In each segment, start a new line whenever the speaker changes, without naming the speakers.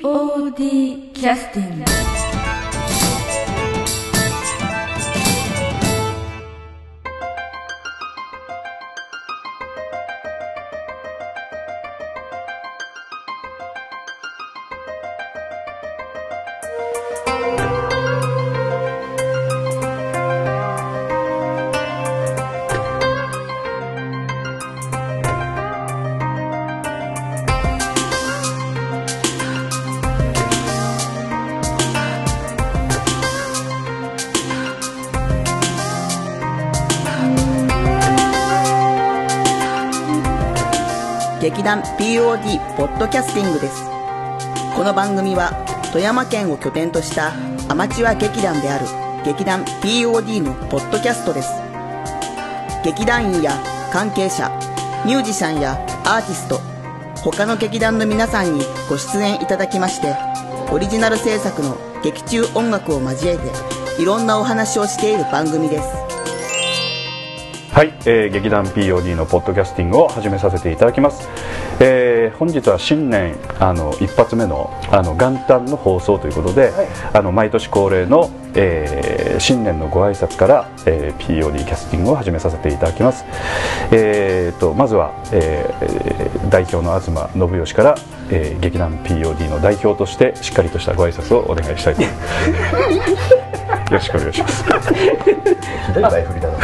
POD キャスティング
劇団 POD ポッドキャスティングですこの番組は富山県を拠点としたアマチュア劇団である劇団 POD のポッドキャストです劇団員や関係者ミュージシャンやアーティスト他の劇団の皆さんにご出演いただきましてオリジナル制作の劇中音楽を交えていろんなお話をしている番組です
はい、えー劇団 POD のポッドキャスティングを始めさせていただきます、えー本日は新年あの一発目のあの元旦の放送ということで、あの毎年恒例の、えー新年のご挨拶から、えー POD キャスティングを始めさせていただきます、えーとまずは、えー代表の東信義から、えー劇団 POD の代表としてしっかりとしたご挨拶をお願いしたいと思います よろしくお願いします
ひどい前振りだな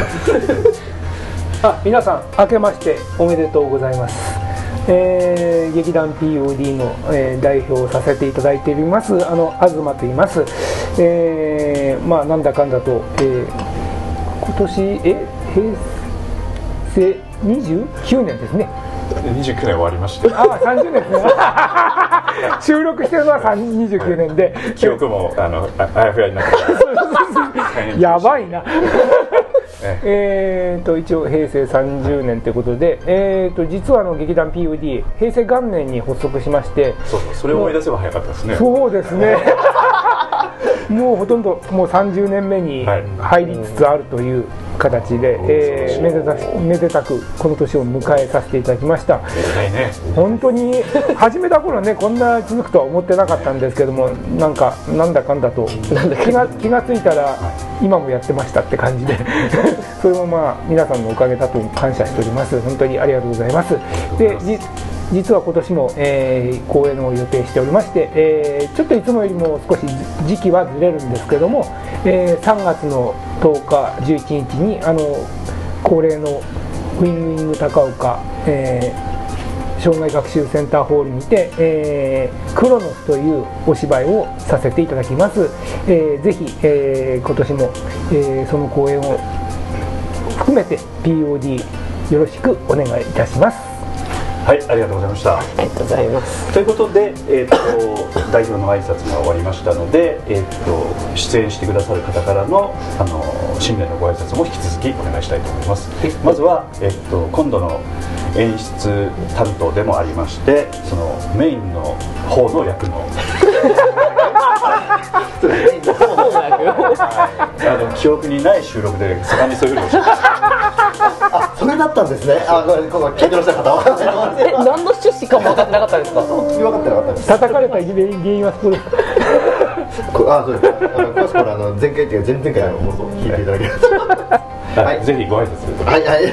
あ皆さん明けましておめでとうございます、えー劇団 POD の、えー代表をさせていただいておりますあの東と言います、えーまあなんだかんだと、えー今年え平成29年ですね
29年終わりまして
ああ30年ですね 収録してるのは30 29年で、
記憶もあのああやふやに なって
やばいな
え
えーと一応平成30年ということで、えー、と実はあの劇団 POD 平成元年に発足しまして
そうそうそれを思い出せば早かったですね
そうですね もうほとんどもう30年目に
はい
入りつつあるという形で、えーめでたしめでたくこの年を迎えさせていただきました
はいね
本当に始めた頃ねこんな続くとは思ってなかったんですけどもなんかなんだかんだと気が気がついたら今もやってましたって感じで それもまあ皆さんのおかげだと感謝しております本当にありがとうございますでじ実は今年も、えー公演を予定しておりまして、えーちょっといつもよりも少し時期はずれるんですけども、えー3月の10日11日にあの恒例のウィンウィング高岡、えー障害学習センターホールにて、えークロノスというお芝居をさせていただきます、えーぜひ、えー今年も、えーその公演を含めて POD よろしくお願いいたします
はいありがとうございました
ありがとうございます。
ということで、えー、と代表の挨拶が終わりましたので、えー、と出演してくださる方からのあの新年のご挨拶も引き続きお願いしたいと思いますまずは、えー、と今度の演出担当でもありましてそのメインの方の役の
そうなんよ
あの記憶にない収録で盛んにそういうふうに
あそれだったんですねあこれここ聞いてました方は
え、何の趣旨かも分かってなかったんですか。
分かってなかったです
叩かれた原因はそ こです
こあそうですあの詳しくはあの前回っていうか前々回の放送を聞いていただけます
は、
はいい
ぜひご挨拶を
はいはい はい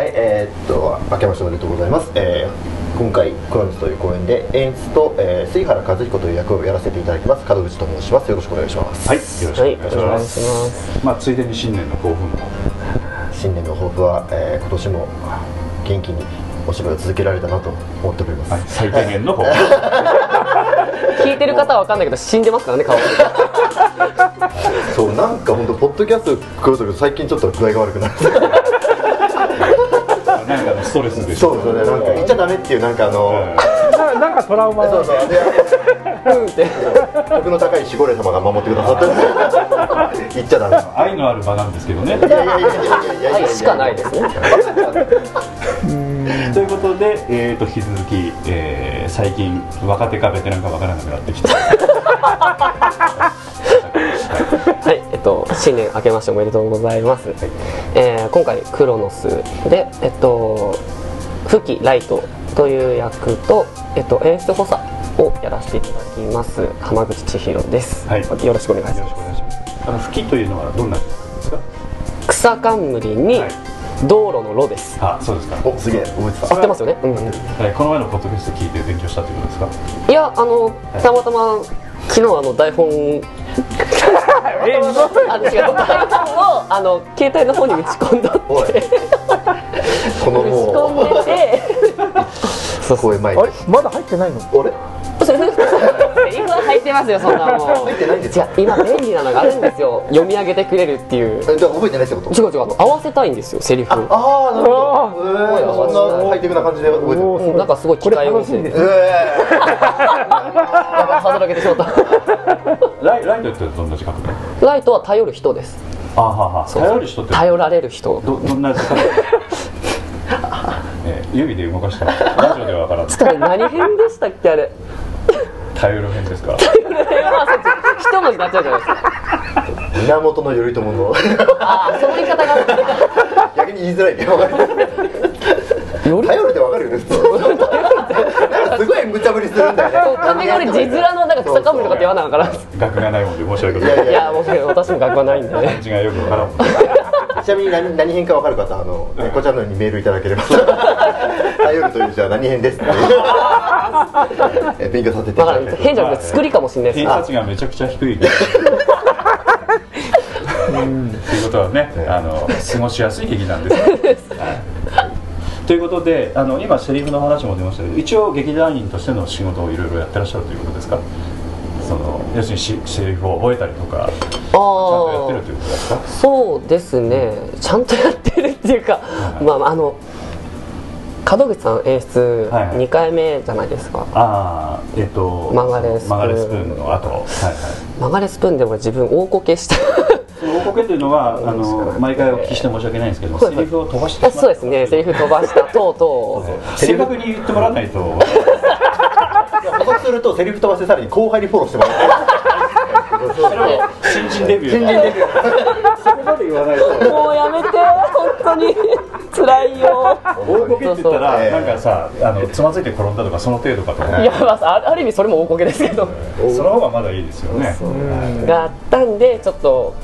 えーっと明けましておめでとうございます、えー今回クロニスという公演で演出と、えー、水原和彦という役をやらせていただきます門口と申しますよろしくお願いします
はい、よろしくお
は
願
い、
い
お
し
願
ま
いし
す。
ます。
まあ、ついでに新年の興奮も。
新年の抱負は、えー今年も元気にお芝居を続けられたなと思っております、
はい、最低限の方。は
聞いてる方は分かんないけど、死んでますからね、顔。
そうなんか本当ポッドキャスト来るとき最近ちょっと具合が悪くなる
い、なんかのストレスでしょ
そうですよねなんか言っちゃダメっていうなんかあの、
ななんかトラウマ
そうそうで
うんって。
僕の高い守護霊様が守ってくださったんで言っちゃダメ
愛のある場なんですけどね。
いやいやいやいやいやいや
愛しかないですね。
ということで、えー、と引き続き、えー最近若手かベテランかわからなくなってきた。
はい、えっと、新年明けましておめでとうございます。えー今回、クロノスで、えっと、吹きライトという役と、えっと、演出補佐をやらせていただきます浜口千尋です、
はい
よろしくお願いし
よろ
ま
しくお願いしますあの吹きというのはどんな字なんですか
す草冠に
はい
道路の路です、
あそうですか
おすげえ覚えて
合ってますよね、うんうん
えーこの前のポッドキャスト聞いて勉強したということですか
いやあのたまたま昨日あの台本あの違う台本をあの携帯の方に打ち込んだ
おいたこのもう
打ち込んで て
声前に
あれまだ入ってないの
あれ
今入ってますよそんなもう
入ってないんです
違
か
う今便利なのがあるんですよ読み上げてくれるっていう
えじゃあ覚えてないってこと
違う違うあの合わせたいんですよセリフを
ああなるほどえ
あー
ーそんなハイテクな感じで覚えてる
おーすごい
なんかすごい機
これ
械を
楽
見
しい
せ
です
て
ね
ええ
やばいハードル上げてしまった
ライライトってどんな字書くの
ライトは頼る人です
あはは頼る人って
頼られ る人
どどんな字書くのえー指で動かしたラジオではわからない
あれ何編でしたっけあれ
頼る編ですから
一文字になっちゃうじゃないですか
源頼朝の
ああその言い方が
逆に言いづらいねわかる頼るってわかるよ ね普通なんかすごい無茶ぶりするんだよね
カテゴリー字面のなんか草冠とかって言わなあからん
学がないもんで申し訳ご
い
ざいま
やい
いや
や
もう私も学はないんでね
せん違いよくわからんもん
ちなみに何何編かわかる方あの猫ちゃんのにメールいただ ければ頼るという字は何編ですっていうえ勉強させてい
だ
た
か
だ
ら
い
ん
て
変じゃなくて作りかもしれないで
偏
す
差値がめちゃくちゃ低いということはね、あの過ごしやすい劇団です、はいということであの今セリフの話も出ましたけど一応劇団員としての仕事をいろいろやってらっしゃるということですかその要するにしセリフを覚えたりとかちゃん
あ
とやって
あ
るということですか
そうですね、ちゃんとやってるっていうか、まあ、あの門口さん演出
はいはい
2回目じゃないですか、
ああえっ、と
曲がれスプー
曲
ン
がれスプーンの後はいはい
曲がれスプーンでも自分大こけ した
その王国というのはあの毎回お聞きして申し訳ないんですけどセリフを飛ばしてしまった
そうですねセリフ飛ばしたとうと
正確に言ってもらわないと
そうするとセリフ飛ばしてさらに後輩にフォローしてもらって
新人デビュー
新人デビュー
うもうやめて本当に辛いよ
大こけって言った
そうそ
ら
う
なんかさあのつまずいて転んだとかその程度かと思
いうや、まあ、ある意味それも大こけですけど
その方がまだいいですよね
があったんでちょっと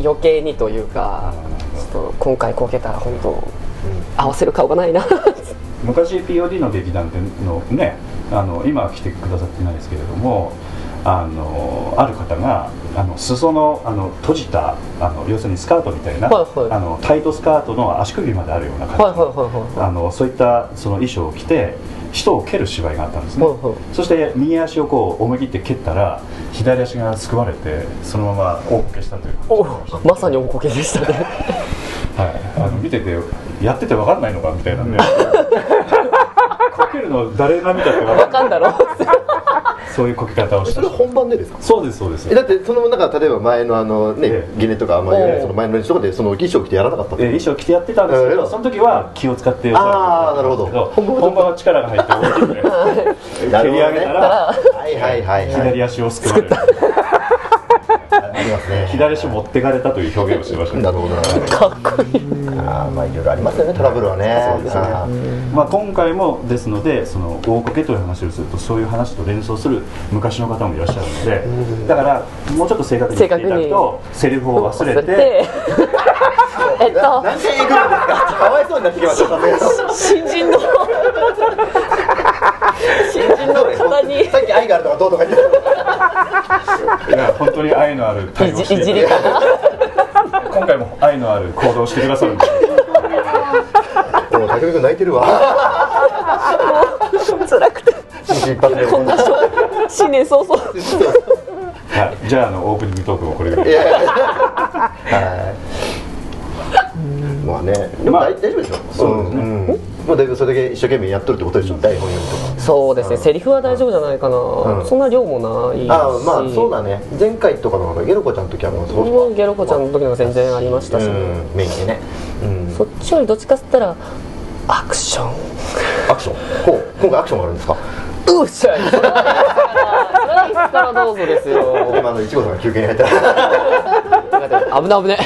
余計にというかちょっと今回こけたら本当合わせる顔がないな
昔 POD の劇団ってのねあの今は来てくださってないですけれどもあのある方があの裾のあの閉じたあの要するにスカートみたいな、
はいはい
あのタイトスカートの足首まであるような感じ、
はいはいはいはい
あのそういったその衣装を着て人を蹴る芝居があったんですね、
はいはい
そして右足をこう思い切って蹴ったら左足がすくわれてそのまま大こけしたという
おまさにおこけでしたね
はい、あの見ててやってて分かんないのかみたいなん でこけるの誰が見たって分かん
わ
ない
かんだろ
そういうこけ方をした
それ本番でですか
そうですそうです
えだってそのなんか例えば前のあのね
ええ
ギネとかあんまり
ええ
その前の練習とかでその衣装着てやらなかった
え衣装着てやってたんですけ
う
ど
ん
その時は気を使って
あーなるほど
本番は力が入って大きくね
な
蹴
る
り
ほどね
上げたら
はいはいはいはい
左足をすくわれる
ありますね
左足持ってかれたという表現をしてました
なるほどなるほど
かっこいい
あーまあいろいろありますよねトラブルはね
そうですね
あー
まあ、今回もですのでその大こけという話をするとそういう話と連想する昔の方もいらっしゃるのでだからもうちょっと正確に言っていただくとセリフを忘れて
えっ
何回行
と
くんですかかわいそうになってきましたさすがに
新人の新人の方に
さっき愛があるとかどうとか言ってた
いや本当に愛のある対応を
い
して
じいじりかな
今回も愛のある行動をしてくださるんです
もう匠君泣いてる わ
辛くて
新進一発で
こんな新年早々
はい、じゃああのオープニングトークをこれぐら
い
い
やいやはいまあねでも
まあ
大大丈夫でしょそうですねまあだいぶそれだけ一生懸命やっとるってことでしょ台本読むとか
そうですねセリフは大丈夫じゃないか
ん
なそんな量もないし
ああまあそうだね前回とかの方がゲロコちゃんの時はもうそう
もうゲロコちゃんの時のが全然ありましたし
うんメインでねうん
そっちよりどっちかっつったらアクション
アクションこう今回アクションがあるんですか
うっしゃいそれはいいっすからどうぞですよ
今あのいちごさんが休憩に入った
危ない危ない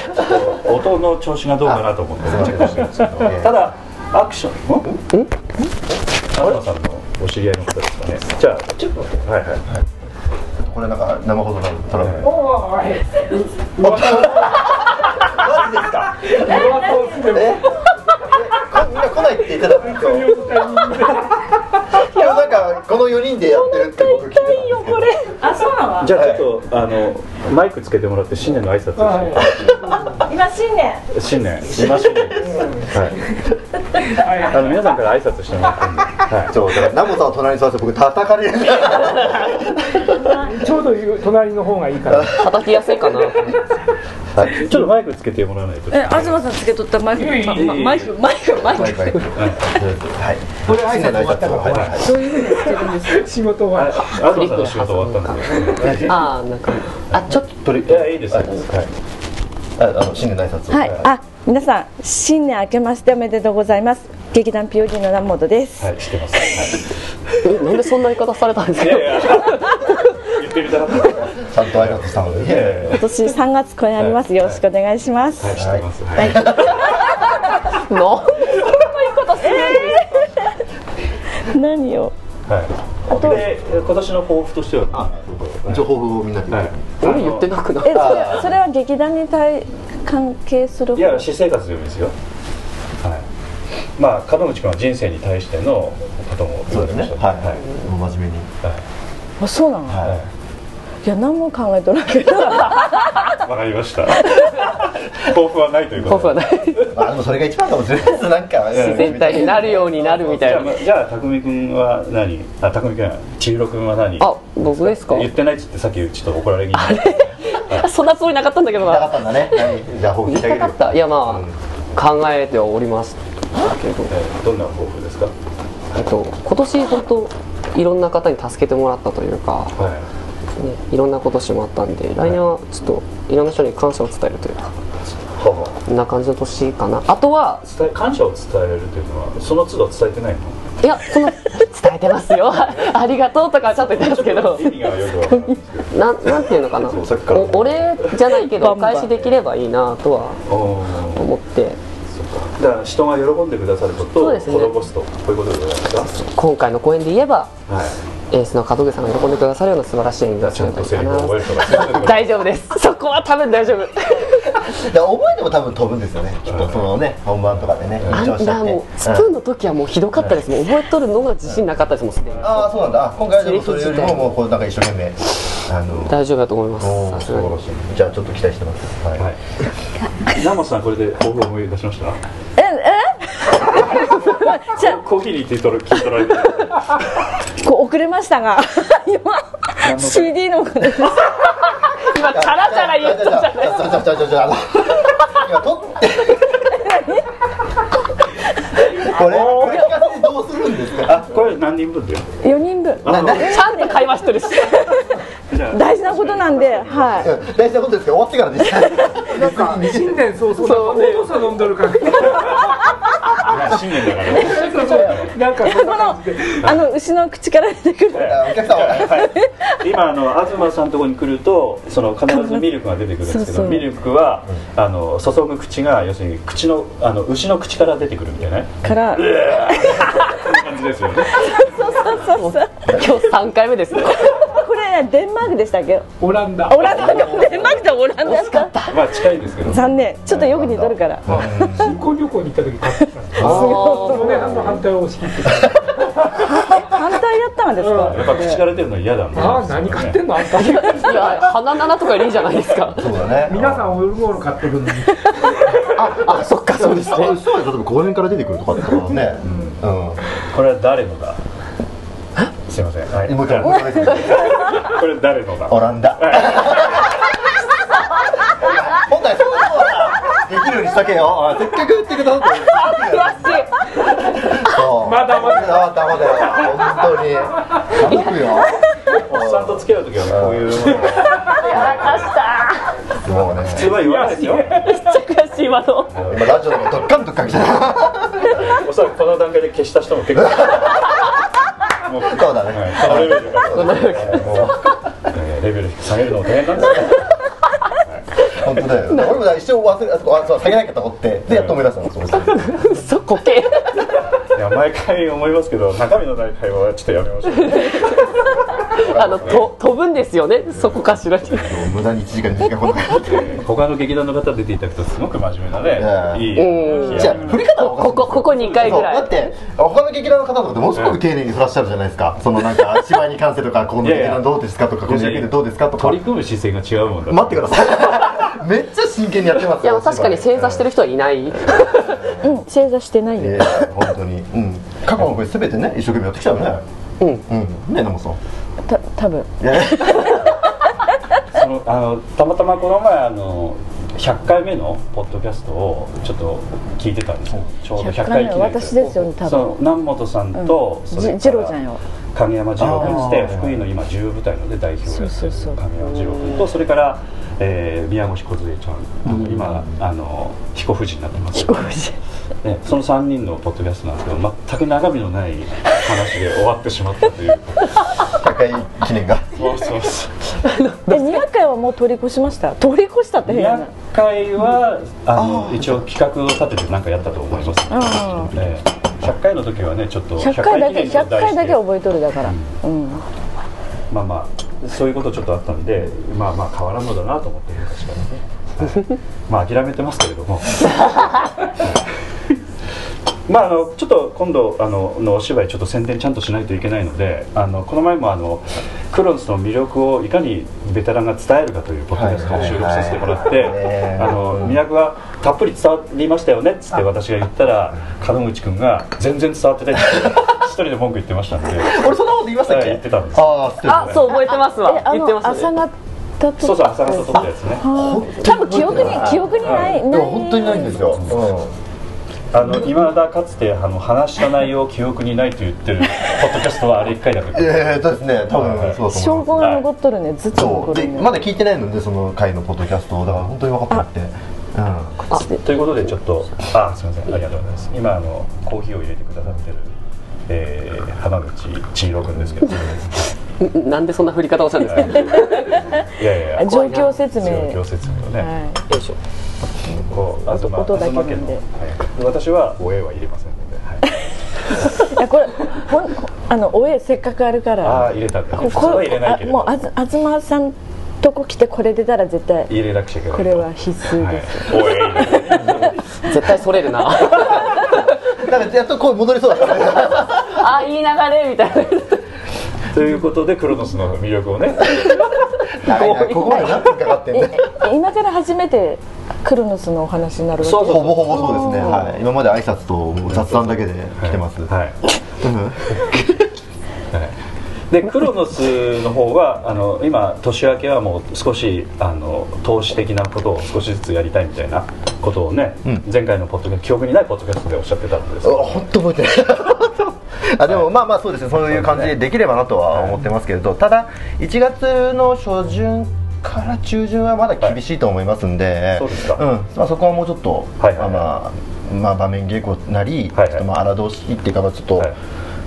音の調子がどうかなと思ってチェックしてるんですけど
ええ
ただアクションんサンバさんのお知り合いの方ですかねじゃあちょっと待ってはいはい
これなんか生放送なんでトラブル
おーい
マジですか
噂をすれば
こみんな来ないって言ってたんですよ今日なんかこの4人でやってるって僕聞いてたんですけど
これ
あ、そうなの
じゃあちょっと、あのマイクつけてもらって新年の挨拶
は
をして
今新年
新年今新年です、はい、あの皆さんから挨拶してもらってるんで、はい、
そうだからナモさんを隣に座らせて僕叩かれるから
いちょうどいう隣の方がいいから
叩きやすいかな
ちょっとマイクつけてもらわないと
え、東さんつけとったマイク、ままマイク、マイク、マイ
はい
ク。
はいはい
これ挨
新年
拶
の
終
挨
わった
拶
か
をはいはい
ら仕事終わった
東さんの仕事終わったんで
ああなんかあちょっと
取り
いやいいですよ
はいああの新年の挨拶を
はい、あ、皆さん新年明けましておめでとうございます劇団 POD の南本です、
はい、してます、はい
えなんでそんな言い方されたんです
い
か
やいや言ってみたらはい
ちゃんと挨拶したので
今年3月公演あります、よろしくお願いします、
してますはい
の
何を
はいで今年の抱負としては
情報をみんなで
はい
俺言ってなくない
え、それそれは劇団に対関係する
いや私生活でもいいですよはいまあ門口君は人生に対してのことも
そうですね
はい
はい
はい
はいもう真面目に
あ、そうなの、
はい
い、や、何も考えとらんけど
わかりました 抱負はないというこ
抱負
と
は
で
ない
まあでもそれが一番かもしれないですなんか自
全体になるようになるみた
じゃあ
いな
まじゃあ匠君は何あ匠君千尋君は何
あ僕ですか
言ってないっつってさっきちょっと怒られ気味で
あそんなつもりなかったんだけど
なか
な
ったんだねはいじゃあ報告し
言い
てあげ
た
る
かったいやまあ考えてはおりますけど
えーどんな抱負ですか
えっと今年本当いろんな方に助けてもらったというか、
はい
ね、いろんなことしてもらったんで来年はちょっといろんな人に感謝を伝えるというか
はは
こんな感じの年かなあとは
伝え感謝を伝えるというのはその都度伝えてないの
いやその伝えてますよ ありがとうとかはちょっと言ったんですけど
意味がよくわからないですけど
なんなんていうのかな
そうさっきから
おお礼じゃないけど
バ
お
ンバン
返しできればいいなとは
おー
思って
だから人が喜んでくださること
そう
を
ですね
施すとこういうことでございます
今回の公演で言えば
かはい
エースの門口さんが喜んでくださるような素晴らしい演技を
ちゃんと
す
セ
れ
リ
ば
フ
い
を
いか
覚え
な
るとかそういうこと
大丈夫です そこは多分大丈夫
だから覚えても多分飛ぶんですよねきっとそのね本番とかでね
あ
緊張し
ん
ちゃ
な
って
もうスプーンの時はもうひどかったですもう覚えとるのが自信なかったですもんすでに
ああそうなんだあ今回はでもそれよりももうこうなんか一生懸命あの
大丈夫だと思います
お
さ
ー
す
素
がに
晴らしいじゃあちょっと期待してますはい、
はいナモさんこれで抱負を思い出しました
え、え
コーヒーに行ってとる聞いとられて
こう遅れましたが 今 CD の方です
今チャラチャラ言ったじゃない
ちょちょちょちょちょあの今撮ってこれこれ聞かせてどうするんですか
あこれ何人分だよ
4人分
あの
ちゃんと会話してるし
じゃあ
大事なことなんで、はい
大事なことですけど終わってからで
なんか新年早々なんかお父さん飲んどる感じ
新年だからね
なんかそんな感じで
あの牛の口から出てくる
お客さんは
はい今あの東さんのところに来るとその必ずミルクが出てくるんですけど
そうそう
ミルクはあの注ぐ口が要するに口のあの牛の口から出てくるみたいなね
から
こんな感じですよ ね
今日三回目ですね
これデンマークでしたっけ
オランダ
オランダのデンマークとオランダですか
まあ近いですけど
残念ちょっとよく似とるから
新婚旅行に行った時買ってきたんですよその辺の反対を押し切って
反対だったんですか
やっぱ口から出るの嫌だもん
ああ何買ってんのあんた
いや花七とかよりいいじゃないですか
そうだね
皆さんオルゴール買ってくるのに
あそっかそうですね
あそうです例えば公園から出てくるとかってことねうん、
これは誰のだすいません、はい、
もう一回もう一回
これ誰のだ
オランダ。本来そういうのはできるようにしとけよ。あせっかく言ってくださって。そう
まだまだ
まだまだよ。本当に。頼むよ。
おっさんと付き合う時はこういうもの
もうね。
普通は言わないですよ
悔しい今の
今ラジオでもドッカンドッカン来て
おそらくこの段階で消した人も結 構もう
そうだね
はいこのレベルがもうレベル下げるのも大変なんだよ
本当だよ。俺もだ一生忘れあそうあそう下げなきゃと思ってでやっと思い出したの。そうそう
そこけ
いや毎回思いますけど中身のない会話はちょっとやめましょう
あのと飛ぶんですよねそこかしらに
無駄に1時間2時間来なかった
他の劇団の方出ていただくとすごく真面目なね、
うん
いい
うん
じゃあ振り方は
ここここ2回ぐらい
そうだって他の劇団の方とかってものすごく丁寧に振らっしゃるじゃないですかそのなん か芝居に関してとかこの劇団どうですかとかこの劇団どうですかとか
取り
待
組む姿勢が違うもんだって
ってくださ いめっちゃ真剣にやってます
い
よ
や確かに正座してる人はいない
うん正座してないよ
えー本当に、うん、過去の声すべてね一生懸命やってきたよねうん、うん、ね野本さん
た多分
そのあのたまたまこの前あの100回目のポッドキャストをちょっと聞いてたんですよちょうど100
100
回
回
記
目
念
は私ですよね多分
そう南本さんと、
うん
それから
じ二郎ちゃんよ
影山二郎君
あ
で
ー
福井の今自由舞台ので代表をやって
そう
る
そうそう
影山二郎君とそれから、えー宮越梢ちゃん、今あの彦富士になってます
飛行士
ね、その3人のポッドキャストなんですけど全く中身のない話で終わってしまった という
100回記念が
そうそうそう
え200回はもう通り越しました通り越したって変な
200回はあの一応企画を立てて何かやったと思います、
あ
ええ100回の時はねちょっと
100回だけ
記念
100
と題
回
して
だけ覚えとるだからうん
まあまあそういうことちょっとあったんでまあまあ変わらんのだなと思って昔からね、はいまあ諦めてますけれども まああのちょっと今度あののお芝居ちょっと宣伝ちゃんとしないといけないのであのこの前もあのクロンスの魅力をいかにベテランが伝えるかというポッドキャストを収録させてもらっ
はい
て
はいはいはい
あの魅力がたっぷり伝わりましたよねっつって私が言ったら門口君が全然伝わってないって一人で文句言ってましたんで
俺そんなこと言いましたっ
はい言
け
ってたんです
ああ失礼
あそう覚えてますわ
えあ
言って
の
ます
朝
ね
方と
そうそう朝方撮ったやつね
多分記憶に記憶にない
で
ない
も本当にないんですよ、
あの今だかつてあの話した内容を記憶にないと言ってるポッドキャストはあれ一回だけ
うん、いやいやそうですね多分そうだと思い
証
ます
拠が残っとるねずっと
そ
残
うで
るね
まだ聞いてないのでその回のポッドキャストをだから本当に分かってなくて
ということでちょっとあすみませんありがとうございます今あのコーヒーを入れてくださってる、えー、浜口千尋君ですけど
なんでそんな振り方をしたんですか
いやいやいや
状況説明
状況説明をね、
は
よいしょ
こうあとまあ
音だけなんで
東家のはい、私はお絵はいれませんので、はい、
いいやこれほんあのおえせっかくあるから
ああ入れたんだ
こ
普通は入れないけ
あ
れ
もう
ど
あず東さんとこ来てこれ出たら絶対
入れなくちゃいけない
これは必須
はい
です、、
お絵入れない
絶対それるな
うんなんかやっと声戻りそうだったね
あいい流れみたいな
ということでクロノスの魅力をね
ここまで何分かかってんね
え今から初めてクロノスのお話になるわけ
そうそう
ほぼほぼそうですね、はい、今まで挨拶と雑談だけで来てます、
はいはい、でクロノスの方はあの今年明けはもう少しあの投資的なことを少しずつやりたいみたいなことをね、前回のポッドキャスト記憶にないポッドキャストでおっしゃってたんです
あ本当覚えてない あでも、まあまあそうですねそういう感じでできればなとは思ってますけれど、ただ1月の初旬から中旬はまだ厳しいと思いますんで、
そうですか
んまあ、そこはもうちょっと、
はいはいはい
まあまあ場面稽古なり、
はいはい
ちょっとまあ荒通しっていうかまあちょっと、
はい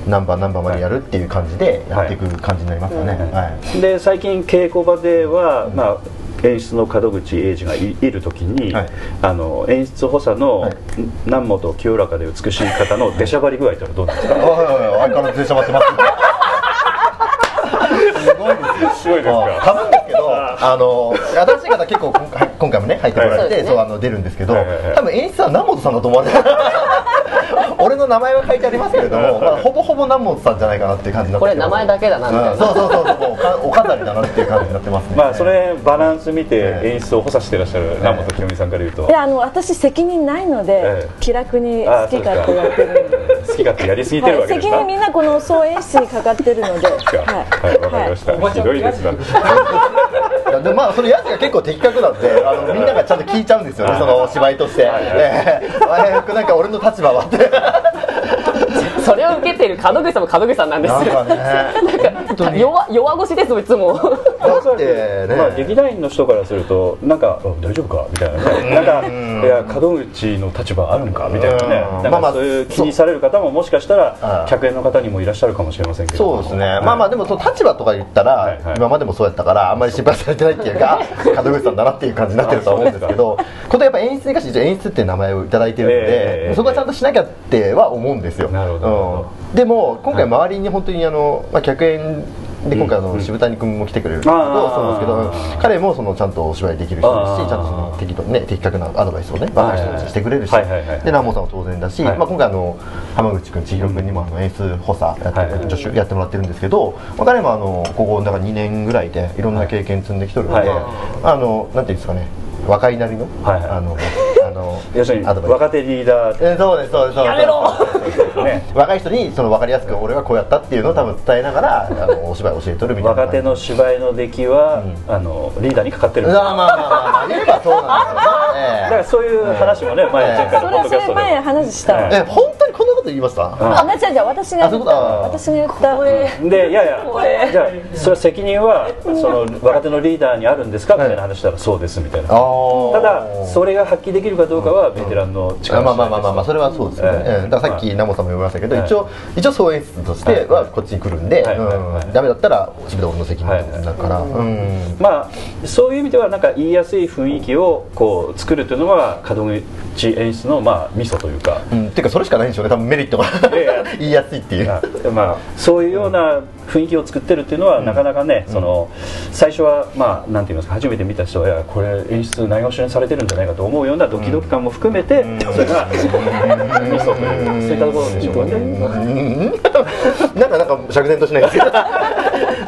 ナンバーナンバーまでやるっていう感じでやっていく感じになりますかね、はい
で最近稽古場では、まあ、演出の門口英二がいいる時に、
はい
あの演出補佐の、
はい
南本清らかで美しい方の出しゃばり具合というのはどうなんですか
おいおいおい相変わらず電車待ってます
す
すごいですよ
ごいですか
多分ですけどあの新しい方結構今回今回もね入ってこられて、そうあの出るんですけど、
はいはいはい
多分演出は南本さんだと思われて俺の名前は書いてありますけれども、まあ、ほぼほぼ南本さんじゃないかなっていう感じになって
これ
きてま
名
す
前だけだなみた
う
い
ん、そ
な
うそうそうそうもうおかお飾りだなっていう感じになってますね、
まあそれバランス見て
ええ
演出を補佐してらっしゃる南本清美さんから言うと
い、やあの私責任ないので、
ええ
気楽に好き勝手やってるんで
好き勝手やりすぎてるわけです
責
か、
任みんなこの総演出にかかってるので、
は、
はい
わかりました、ひどいですな。
いやでもまあそれやつが結構的確なんであのみんながちゃんと聞いちゃうんですよねその芝居として、ええあれなんか俺の立場 はって
それを受けている門口さんも門口さんなんですよ
なんかね本当に
弱弱腰ですいつも
だってね、
まあ、劇団員の人からすると、なんか、あ大丈夫かみたいなね、なんか、いや、門口の立場あるんかみたいなね
うん、
な
まあ
ん
ま
か
あ
そういう気にされる方も、もしかしたら
う、ん
客演の方にもいらっしゃるかもしれませんけれど
そう
も。
ですね、まあまあでもその立場とか言ったら、
はいはい
今までもそうやったからあんまり心配されてないっていう かあ門口さんだなっていう感じになってるとは思うんですけどことやっぱ演出に関して一応演出っていう名前を頂いただいてるので、
ええ
そこはちゃんとしなきゃっては思うんですよ
なるほど
うんでも今回周りに本当にあの、まあ、客演で今回あの渋谷君も来てくれるけど、
あー
そうなんですけど彼もそのちゃんとお芝居できる人だ
あー
しちゃんとその適当にね的確なアドバイスをね
はい
若い人たちにしてくれるし、
はいはいはい
で南モさんも当然だし、
はい
まあ、今回あの浜口君千尋君にもあの演出補佐やって、
はいはい
助手やってもらってるんですけど、まあ、彼もあのここなんか2年ぐらいでいろんな経験積んできとるので、
はい
あのなんていうんですかね若いなりの、
はいはい
あ のあの
要するに
アドバイス
若手リーダー
えーそうですそうですそうです
やめろ
ね
若い人にその分かりやすく俺はこうやったっていうのを多分伝えな がらあのお芝居教えとるみたいな
若手の芝居の出来は、あのリーダーにかかってる
ま
ん
あ
だ
まあまあまあ言えばそうなん
だ
で
から
す
そういう話もね、前前回
そ
の
れ
ポッ
は
ド
そ
キャス
れ
ト
前
で
話したわ
ええ本当にこんなこと言いました
ん
あまあじゃあじゃあ私が
あそういうこ
言っ
と
た
あ
私が言った
でいやいやじゃあそれは責任はその若手のリーダーにあるんですかみたいな話したらそうですみたいな
あー
ただそれが発揮できるかどうかはベテランの力
あまあまあまあまあまあそれはそうですね、
ええ
ええだからさっきナモさんも言いましたけど、一応一応総演出としてはこっちに来るんで、
はいはいはい
うんダメだったら全て俺の責任だから、うん
まあ、そういう意味ではなんか言いやすい雰囲気をこう作るというのは門口演出のまあミソというか、
うんっていうかそれしかないんでしょうね多分メリットが
いやいや
言いやすいっていう
あまあ、そういうような雰囲気を作ってるっていうのは、なかなかねその最初は、まあ、なんて言いますか初めて見た人はいやこれ演出ないがしろにされてるんじゃないかと思うようなドキドキ感も含めて、それがミソというそういったところでしょうかね。
なんかなんか釈然としないですけど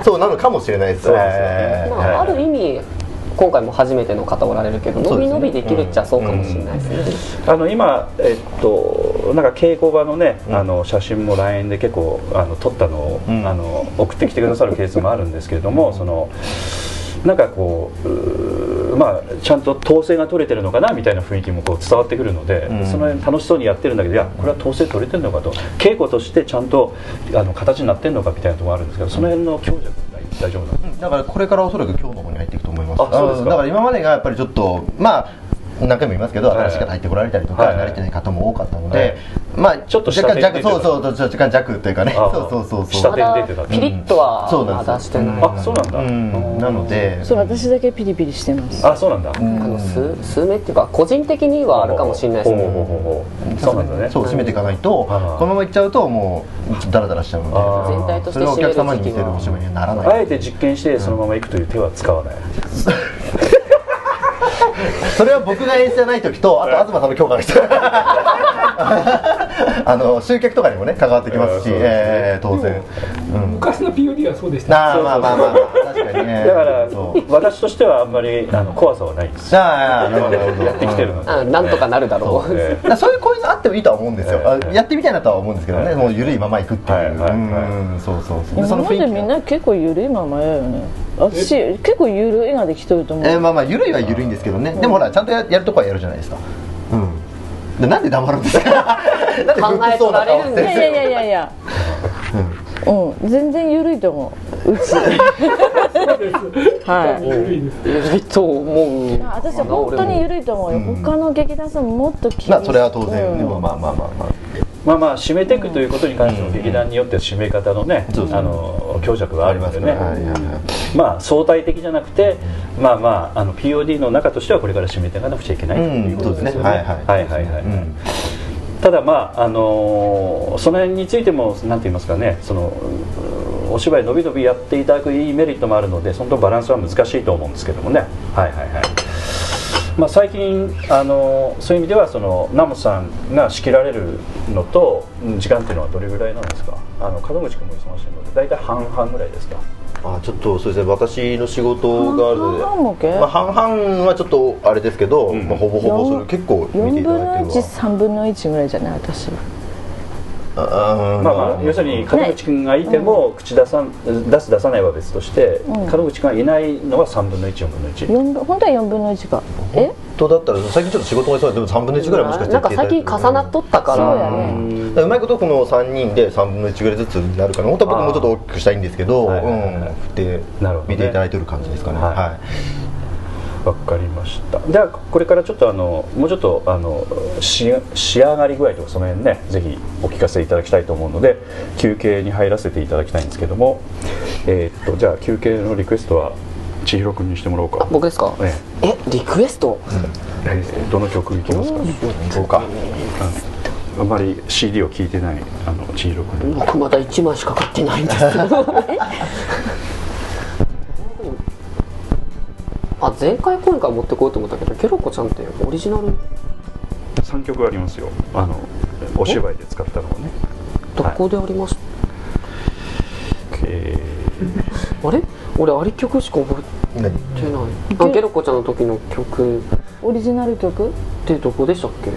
そうなのかもしれないです
そうですね
ええ
まあ、ある意味今回も初めての方おられるけど
そう
伸
です
び
ね
伸びできるっちゃそうかもしれないですね、
あの今、えっと、なんか稽古場のね、あの写真も LINE で結構あの撮ったのを、あの送ってきてくださるケースもあるんですけれども、そのなんかこううーまあ、ちゃんと統制が取れてるのかなみたいな雰囲気もこう伝わってくるので、その辺楽しそうにやってるんだけどいやこれは統制取れてるのかと稽古としてちゃんとあの形になってるのかみたいなところがあるんですけどその辺の強弱は大丈夫なんですか
だからこれからおそらく今日の方に入っていくと思います
あそうですか
んだから今までがやっぱりちょっとまあ何回も言いますけど
はい
新しい方入ってこられたりとか
はい
慣れてない方も多かったの
はい
でまあ
ちょっと下
若干
手って
弱
いうか
そうそう若干弱というかね
あー
そうそうそうそ
下
う
手出てた
まだピリッとは
そうなん
ま
ですよ
だしてない、
あそうなんだ、
うんなので
そう私だけピリピリしてます
あそうなんだ、
あの数数名っていうか個人的にはあるかもしれないです
ほうほう
ね
ほうほうそうなんだね
そう締めていかないとこ
あー
のままいっちゃうともうダラダラしちゃう
あー
の
全体
で
と
そ
し
れ
て
をお客様
締める時期は
に見せるお芝居にはなら
あ
ない
えて実験してそのまま行くという手は使わない、
それは僕が演出じゃない時とあと東さんの強化の人 あの集客とかにもね関わってきますし
うん
えー当然
昔の POD はそうでした
あーまあまあまあまあ確かに ね
だから
そう
私としてはあんまりあの怖さはないんですよ
ああなるほどなるほど
やってきてるので、
あなんとかなるだろう、
え
だからそういうこういうのあってもいいとは思うんですよ、
はい
あやってみたいなとは思うんですけどね、
はい
もう緩いまま行くっていう、
はいはいはい
うんそうそうそう
今までみん
が
な結構ゆるいままやよね私結構ゆるいができとると思う、
えーまあまあ緩いは緩いんですけどね、でもほらちゃんとややるとこはやるじゃないですかうんでなんで黙るんですかなんで不服そうな顔し
考えとられるん
い
て
だ
やいやいやいや いやうん、全然ゆるいと思ううちはい
いいと思う
私本当にゆるいと思うよ、他の劇団さんももっと厳しい
まあそれは当然、
うん
でもまあまあまあまあ
まあまあ締めていくということに関しても劇団によって締め方のね、
そうそう
あの強弱があるのでね
はいはいはい
まあ相対的じゃなくて、まあまああの POD の中としてはこれから締めていかなくちゃいけないということですよね、
うんそうですねはいはい
はいはいはい、
うん
ただまああのーその辺についてもなんて言いますかねそのうお芝居伸び伸びやっていただくいいメリットもあるのでそのバランスは難しいと思うんですけどもねはいはいはいまあ、最近、あのそういう意味ではそのナモさんが仕切られるのとうん時間っていうのはどれぐらいなんですかあの門口君も忙しいので大体半々ぐらいですか
あちょっとそうですね私の仕事があるので
半々もけ
まあ、半々はちょっとあれですけど、まあ、ほぼほぼそれ結構見て
4
いた
分の
だいてる
13分の1ぐらいじゃない私
わあー
まあまあ、要するに門口君がいても口出さん出す出さないは別として、門口君がいないのは3分の14分の1、
四分本当は4分の1かえ
とだったら最近ちょっと仕事が忙しいでも3分の1ぐらいもしかして
なんか最近重なっとったから
そうやね
うんだからうまいことこの3人で3分の1ぐらいずつになるかな本当は僕もうちょっと大きくしたいんですけど、
あー
う
はいはいはい
ん、で
なるほどね
見ていただいてる感じですかね、
はい
はい
わかりましたではこれからちょっとあのもうちょっとあのし仕上がり具合とかその辺ねぜひお聞かせいただきたいと思うので休憩に入らせていただきたいんですけどもえーっとじゃあ休憩のリクエストは千尋君にしてもらおうか
僕ですか、
え
えリクエスト、
えどの曲いきますか
そうか
あまり CD を聞いてないあの千尋君
僕まだ1万しか買ってないんですけど あ前回今回持ってこようと思ったけどケロコちゃんってオリジナル
3曲ありますよあのお芝居で使ったのをね
どこでありました、
え
あれ俺あれ曲しか覚
何
えてないあケロコちゃんの時の曲っ
オリジナル曲
てどこでしたっけ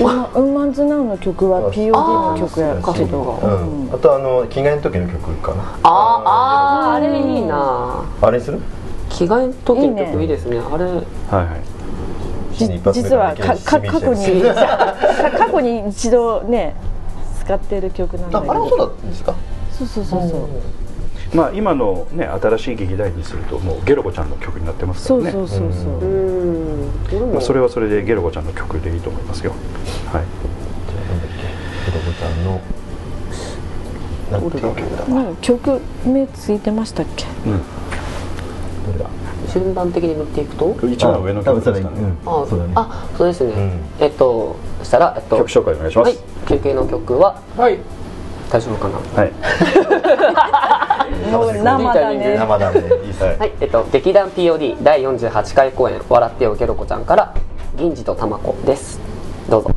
ウーマンズナウの曲は POD の曲や
あ
け
そう
ど
か
うん、あとあの着替えの時の曲かな
ああーあれいいな
あれにする
着替えの時の
いいね
曲いいですねあれ
はいはい
じ実はかか過 去にか 過去に一度ね使ってる曲なん
あ
だ
あ
け
れも
ど
そうだったんですか
そうそうそうそう
まあ今のね新しい劇団員にするともうゲロコちゃんの曲になってますか
そ
ら
う
ね
そうそうそう
うーん俺
まあ、
も
それはそれでゲロコちゃんの曲でいいと思いますよはい
なんだっけペロコちゃんのなんていう曲だど
なんか曲名ついてましたっけ
れだ
順番的に見ていくと
一番上の
多
曲
分そ
で
れ
す
だ
か
ね
ね、
うん
あ
そうだね
あそうですね、
ん
えっとそしたら、えっと、
曲紹介お願いしま
はい
す
休憩の曲は
はい
大丈夫かな
はい、
もう生だね
生だねいいっすね
はいえっと劇団 POD 第48回公演「笑ってよゲロコちゃん」から銀次とたまこですどうぞ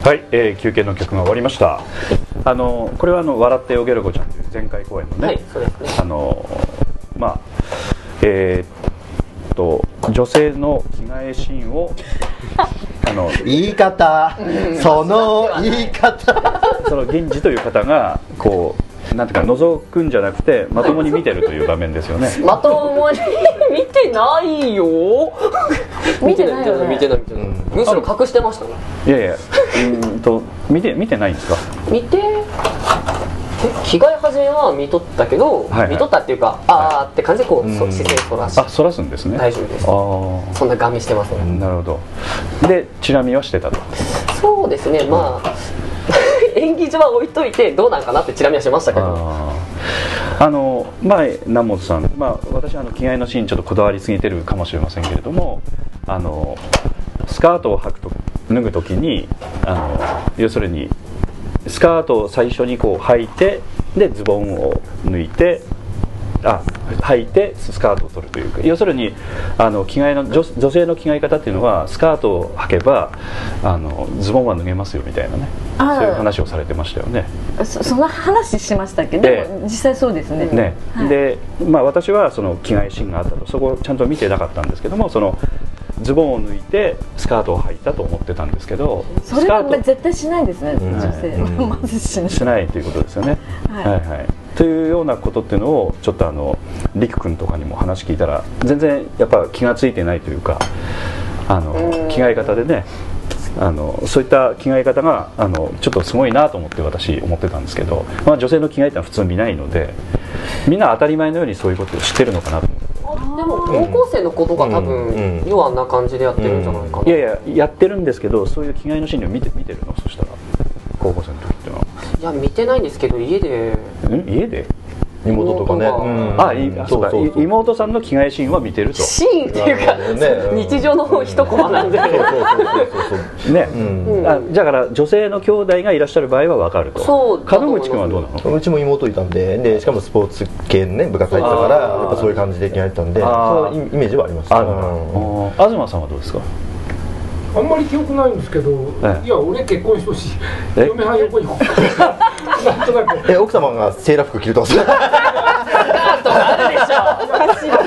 はいえー休憩の曲が終わりましたあのこれはあの「笑ってよゲロコちゃん」という前回公演のね、
はいそうですね
あのまあえーっと女性の着替えシーンをあの
言い方その言い方
その銀次という方がこうなんていうか覗くんじゃなくてまともに見てるという場面ですよね
まともに見てないよ 見てないよ、ね、見てない見てないむしろ隠してましたね
いやいやうーんと見て見てないんですか
見てえ着替え始めは見とったけど、
はいはい
見とったっていうかあーって感じでこう、そ
うん
姿勢そらし
あそらすんですね
大丈夫です
あー
そんなガミしてません、
なるほどでチラ見はしてたと
そうですねまあ 演技上は置いといてどうなんかなってチラ見はしましたけど
あーあの前南本さん、まあ、私あの着替えのシーンちょっとこだわりすぎてるかもしれませんけれどもあのスカートを履くと脱ぐ時にあの要するにスカートを最初にこう履いてでズボンを抜いてあ履いてスカートを取るというか要するにあの着替えの女女性の着替え方っていうのはスカートを履けばあのズボンは脱げますよみたいなね
あー
そういう話をされてましたよね。
そその話しましたけど、
ええ
でも実際そうですね
ね
はい
でまあ、私はその着替えシーンがあったとそこをちゃんと見てなかったんですけどもそのズボンを抜いてスカートを履いたと思ってたんですけど
そ
ス
れ
カ
は
ート
絶対しないですね、
ん
女性
は
は、
い
まずしない
しないということですよね。
はい
はいはいというようなことっていうのをちょっとあのりく君とかにも話聞いたら全然やっぱ気が付いてないというかあの着替え方でねあのそういった着替え方があのちょっとすごいなと思って私思ってたんですけど、まあ、女性の着替えってのは普通見ないのでみんな当たり前のようにそういうことを知ってるのかなと思って
でも高校生の子とか多
うん
分
うん
要はあんな感じでやってるんじゃないか
い
な
やいややってるんですけどそういう着替えのシーンを見て見てるのそしたら高校生の時ってのはい
や見てないんですけど家で
ん家で、
妹とかね、
妹が
あいあそうかい妹さんの着替えシーンは見てると
シーンっていうか、
ね
日常の一コマ なんで、
そうそうそう
ね、
そう
あだから女性の兄弟がいらっしゃる場合は分かると
そうだと
門
思いま
口
す
君はどうなの
うんうちも妹いたんででしかもスポーツ系のね部活入ってたから
あー
やっぱそういう感じで着替えてたんでそ
あー
のイイメージはありました
あるの東さんはどうですか
あんまり記憶ないんですけど、
ええ
いや俺結婚してほしい
え
嫁はん横に なんとなく
え奥様がセーラー服着るとかそう
嫁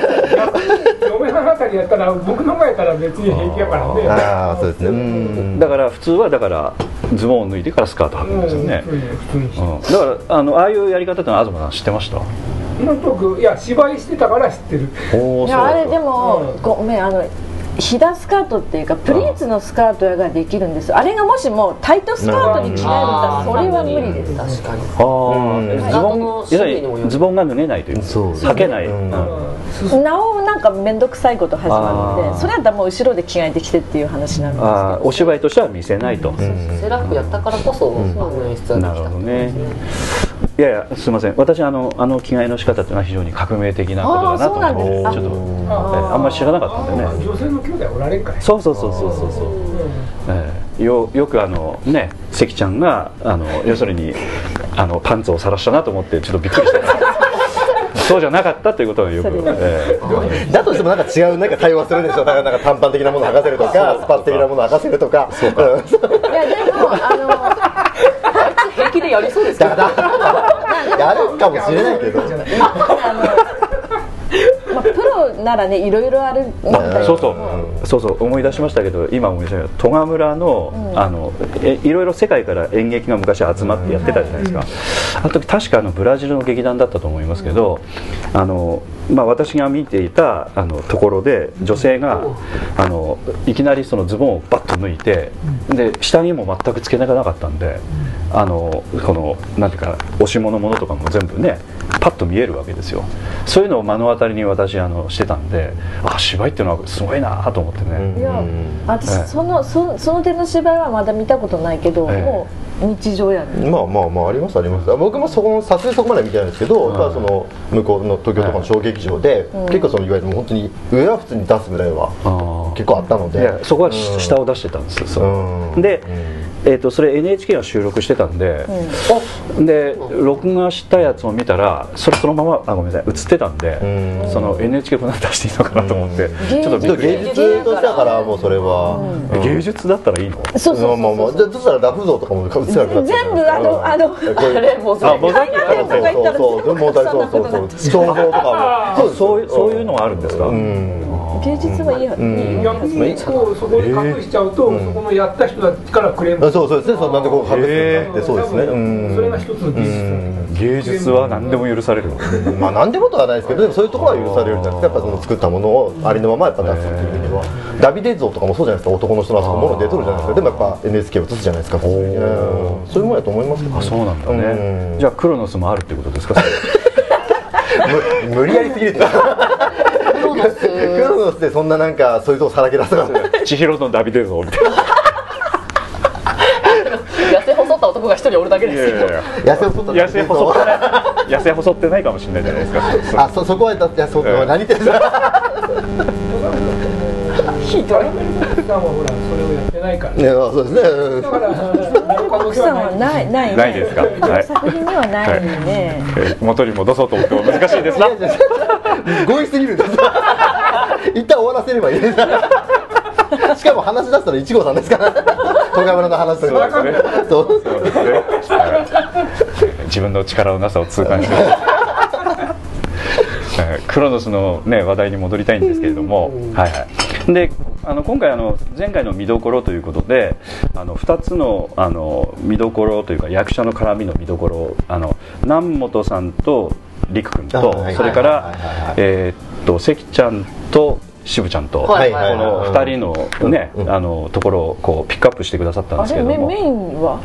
はんあたりやったら僕の方やったら別に平気だからね
ああそうですねうん
だから普通はだからズボンを脱いでからスカート履くんですよね、
うん普通に
うんだからあのああいうやり方ってのは東さん知ってました
なんとなくいや芝居してたから知ってる
おお
いやあれでも、
うん
ごめんあのひだスカートっていうかプリーツのスカートができるんですよあれがもしもタイトスカートに着替えるんだ
あ
ったらそれは無理です
確かに
ああ、
うん
ズボン
の
要す
種
る
類にもよ
に
る
ズボンが脱げないという
そうですね
履けない、
うん
うん
なおなんか面倒くさいこと始まるの
あー
でそれやったらもう後ろで着替えてきてっていう話なんですけ
あー
ど
お芝居としては見せないと、
セーラー服やったからこそ、あの演出はできた
なるほどねいやいやすみません私あのあの着替えの仕方っていうのは非常に革命的なことだなと
あーそう
思
な
っ
ん
てち
です
ょっと
あ
えあんまり知らなかったんでね
あー女性の兄弟おられんかい
そうそうそうそうそうそう、ええよよくあのね関ちゃんがあの要するにあのパンツを晒したなと思ってちょっとびっくりした そうじゃなかったということはよく、
それは
ええ
だとしてもなんか違うなんか対応するんでしょだからなんか短パン的なもの履かせるとかスパッ的なもの履かせるとかそうか
いやでもあ
平気でやりそうですけど
だだやるかもしれないけど
の、まあ、プロならねいろいろ あるみたいな
そうそうそうそう思い出しましたけど今思い出したけど戸賀村の,、あのえいろいろ世界から演劇が昔集まってやってたじゃないですか、あの時確かあのブラジルの劇団だったと思いますけど、あのまあ、私が見ていたあのところで女性があのいきなりそのズボンをバッと脱いでで下着も全くつけながらなかったんで。あのこのなんていうか押し物ものとかも全部ねパッと見えるわけですよそういうのを目の当たりに私あのしてたんであ芝居っていうのはすごいなと思ってね、
いや
はい
私そのそその手の芝居はまだ見たことないけど、
ええ
もう日常やね
まあまあまあありますあります僕もそこの撮影そこまでは見てないんですけど、ただその向こうの東京とかの小劇場で、結構そのいわゆるもう本当に上は普通に出すぐらいは
あー
結構あったの
い
で
やそこはし下を出してたんですよそううんで、えー、とそれ NHK が収録してたんで、で録画したやつを見たらそれそのままあごめんなさい映ってたんで、
うん
その NHK こんなの出していいのかなと思って、ちょっと
で
びっ
も
くり
芸術としてだからもうそれは、うん
芸術だったらいいの
そうそう
まあまあまあじゃあどうしたらラフ像とかも映せなくなっちゃう
全部あのあの
あれも
あモザイク
そうそうそうそうそうそうそうそうそうそうそうそうそう
そういうそういうのはあるんですか、
うん
芸術はいいは、
ん
いいよ
逆にこうそこに隠しちゃうと、
えー
そこのやった人たちからクレーム
あそうそうですねそうなんでこう隠してるんだってそうですね
多分
うん
それが一つの技術だ と思う
芸術は何でも許される
まあ何でもとはないですけどでもそういうところは許されるんじゃなくてやっぱその作ったものをありのままやっぱ出すっていう意味ではダビデ像とかもそうじゃないですか男の人のあそこもの出とるじゃないですかでもやっぱ NHK 映すじゃないですか普通にうんそういうもんやと思いますけどね
あそうなんだね
うん
じゃあクロノスもあるってことですか
む無理やりすぎるって
そうなんです
クロノスでそんななんかそういうとこさらけ 出すから
千尋のダビデ像みたいな
痩せ細った男が一人おるだけですよ
痩せ細
痩せ細ってない痩せ細ってないかもしれないじゃないですかそうそう
あそそこはだっていやそう
うん
何言ってるんですか
さんはほらそれをやってないから
ねそうですねうん
だから
奥さんはないない
ないですかはい
作品にはないのね、
えー元に戻そうと思っても難しいですな
強引すぎるんです一旦終わらせればいいですしかも話し出したら一号さんですから東海村の話とか
そうですね
そう
そうですねはい自分の力のなさを痛感してますはいクロノスの、ね、話題に戻りたいんですけれども、はいはい、であの今回あの前回の見どころということであの2つのあの見どころというか役者の絡みの見どころあの南本さんと陸君
あ
と
はい
それか
は
ら
いはいはい
えーっと関ちゃんと渋ちゃんと。
はい
この2人のね、あのところをこうピックアップしてくださったん
あ
ですけ
れ
れ
メ
ども
メインは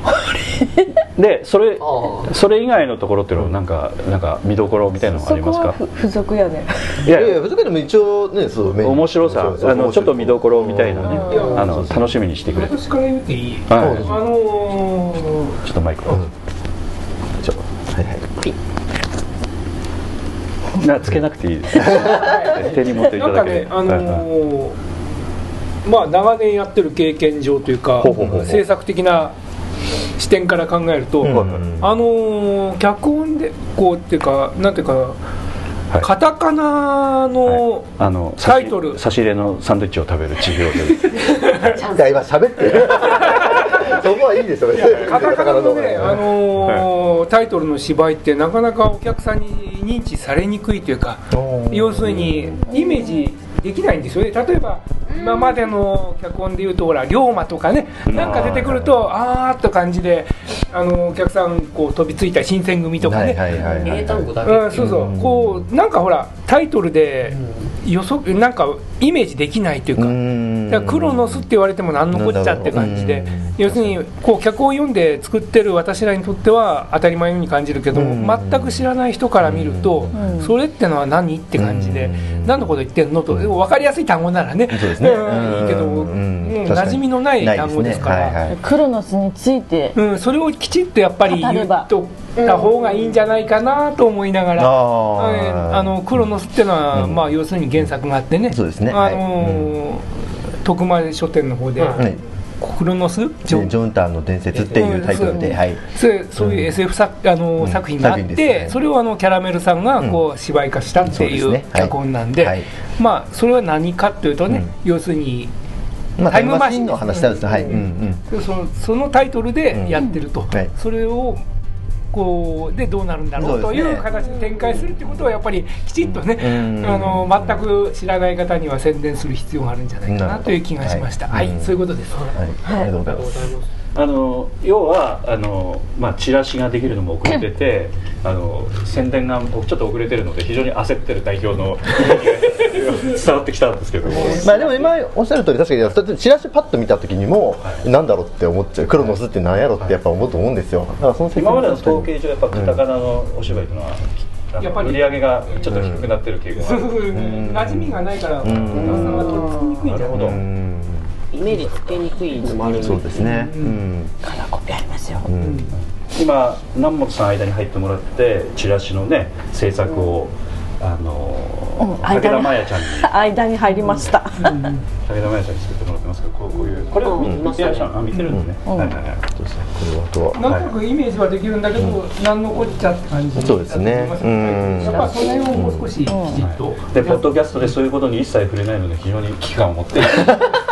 でそれ
あ
それ以外のところっていうのはなんかなんか見どころみたいなのあ
そ
り
こ
ます
は
か
ふ付属やね
いや
いやい
い
や
や
別にでも一応ねそうメイン
面白さ
そうそう
あのちょっと見どころみたいなね
うん
あの楽しみにしてくれて
私から言っていい
はい
あのー
ちょっとマイクを
ちょはいはい
なつけなくていいです手に持っていた
なん
だ
か
け
ね
で、
あ
はいはい
のーまあ、長年やってる経験上というか
ほうほうほうほう
制作的な視点から考えると、
うん
あのー脚本でこうっていうかなんていうか、
い
カタカナの、
あの差し
タイトル
差し入れのサンドイッチを食べる千尋です
いや今喋っ てるそこはいいですよ別に
カタカナのね、あのー
は
タイトルの芝居ってなかなかお客さんに認知されにくいというか要するにイメージできないんですよね例えば今までの脚本でいうとほら龍馬とかねなんか出てくるとあーっと感じであのーお客さんこう飛びついた新選組とかね、
はいはい
あ
はい
英単語だけ
うん、そうそうこうなんかほらタイトルで予測なんかイメージできないというか
うん
だからクロノスって言われても何のこっちゃって感じ
う
で
ん
要するにこう脚本を読んで作ってる私らにとっては当たり前のように感じるけど
うん
全く知らない人から見ると
うん
それってのは何って感じで
うん
何のこと言ってんのとでも分かりやすい単語ならね
そうですね
うんいいけど
うん
もう
うん
馴染みのない単語ですか
ないですねはい
ら
はい
クロノスについて
うんそれをきちっとやっぱり
語れ
言
ば
っとった方がいいんじゃないかなと思いながら。
あ
はい
ー
あのクロノスっていうのは、
うん
まあ、要するに原作があってね、
そうですね
あのー徳間書店の方で、
はい
クロノス
ジ
ジ
ョ
ョ
ン・ジョンタンの伝説っていうタイトルで、
うん
はい、
そうそういう SF 作,、あのー
うん
作品があっ
作品
て、
ですね
それをあのキャラメルさんがこう芝居化したってい
そう
う
ですねはい
脚本なんで、
はい
まあ、それは何かというとね、
うん
要するに
ま
タ
あ、タ
イ
イ
ム
ム
マ
マ
シ
シ
ン
ンの話したんですねはい、うんうん、
そのそのタイトルでやってると、
はい
それをこうでどうなるんだろう
そ
と
うで
い
すね
う形で展開するってことはやっぱりきちっとね、
うん
あの全く知らない方には宣伝する必要があるんじゃないか
なる
な
ほど
という気がしました。
は
はいい、
うん
そういうことです。
はい、ありがとうございます
あの要はあの、まあ、チラシができるのも遅れててあの宣伝がちょっと遅れてるので非常に焦ってる代表の伝わってきたんですけども
まあでも今おっしゃる通り確かにだってチラシパッと見た時にも、なんだろうって思っちゃうクロノスってなんやろってやっぱ思うと思うんですよだからその説明
今までの統計上やっぱカタカナのお芝居というのは、あの
やっぱり
売り上げがちょっと低くなってる傾向がある、
馴染みがないから、お客さんが取り付きにくいん
な
じ
る
ゃな
ほ
い
ど、
うん
イメージつけにくいの もあるんで
そうですねうん
今南本さん間に入ってもらってチラシのね制作を、あの
間
武
に
田真也ちゃんに
間に入りました、
武田真也ちゃんに作ってもらってますけどこうこういうこれを見,、
うん
見てらっしゃるあ見てるんですね、はいはいはい
そうですねこれはあとは
なんとなくイメージはできるんだけど、なんのこっちゃって感じ
そうですね
だと思いますや
うん
っぱその辺をもう少しきちっと、
でポッドキャストでそういうことに一切触れないので非常に危機感を持 って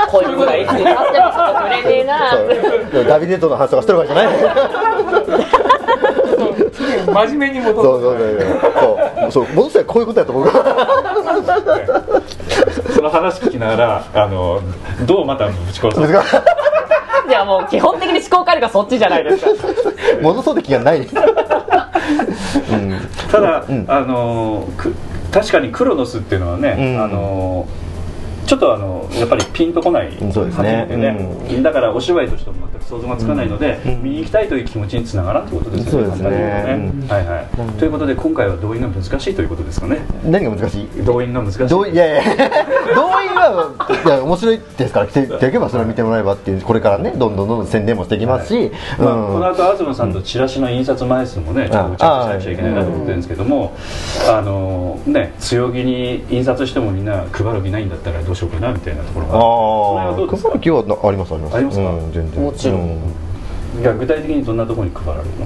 こういうことがいつになってもちょっと触れねえな
そうでもダビデとの話とかしてるわけじゃない
真面目に戻
そ
っ
うそうそうそうそう戻せばこういうことやと僕は
その話聞きながらあのどうまたぶち殺す
難し
じゃあもう基本的に思考回路がそっちじゃないですか
い戻そうって気がないです、うん、
ただ、
うん
あのく確かにクロノスっていうのはね、
うん
あのちょっとあのやっぱりピンとこない
うんそうですね
感じだからお芝居としても全く想像がつかないので、
うん
見に行きたいという気持ちにつながらんということですよね
そうですね
簡単に言うとねはいはい、ということで今回は動員が難しいということですかね
何が難しい
動員が難しい
動員いやいや動員はいや面白いですから来て来ていけばそれを見てもらえばっていうこれからねどんどんどんどん宣伝もしていきますし、
まあ、
うん
この後東さんとチラシの印刷枚数もねちょっと打ち合わせしなくちゃいけないなと思ってるんですけどもあのね強気に印刷してもみんな配る気ないんだったらどうしようかなみたいなところが
ああ
これはどうですか
今日はなありますあります
ありますか
うん、全然
もちろん
いや具体的にどんなところに配られるの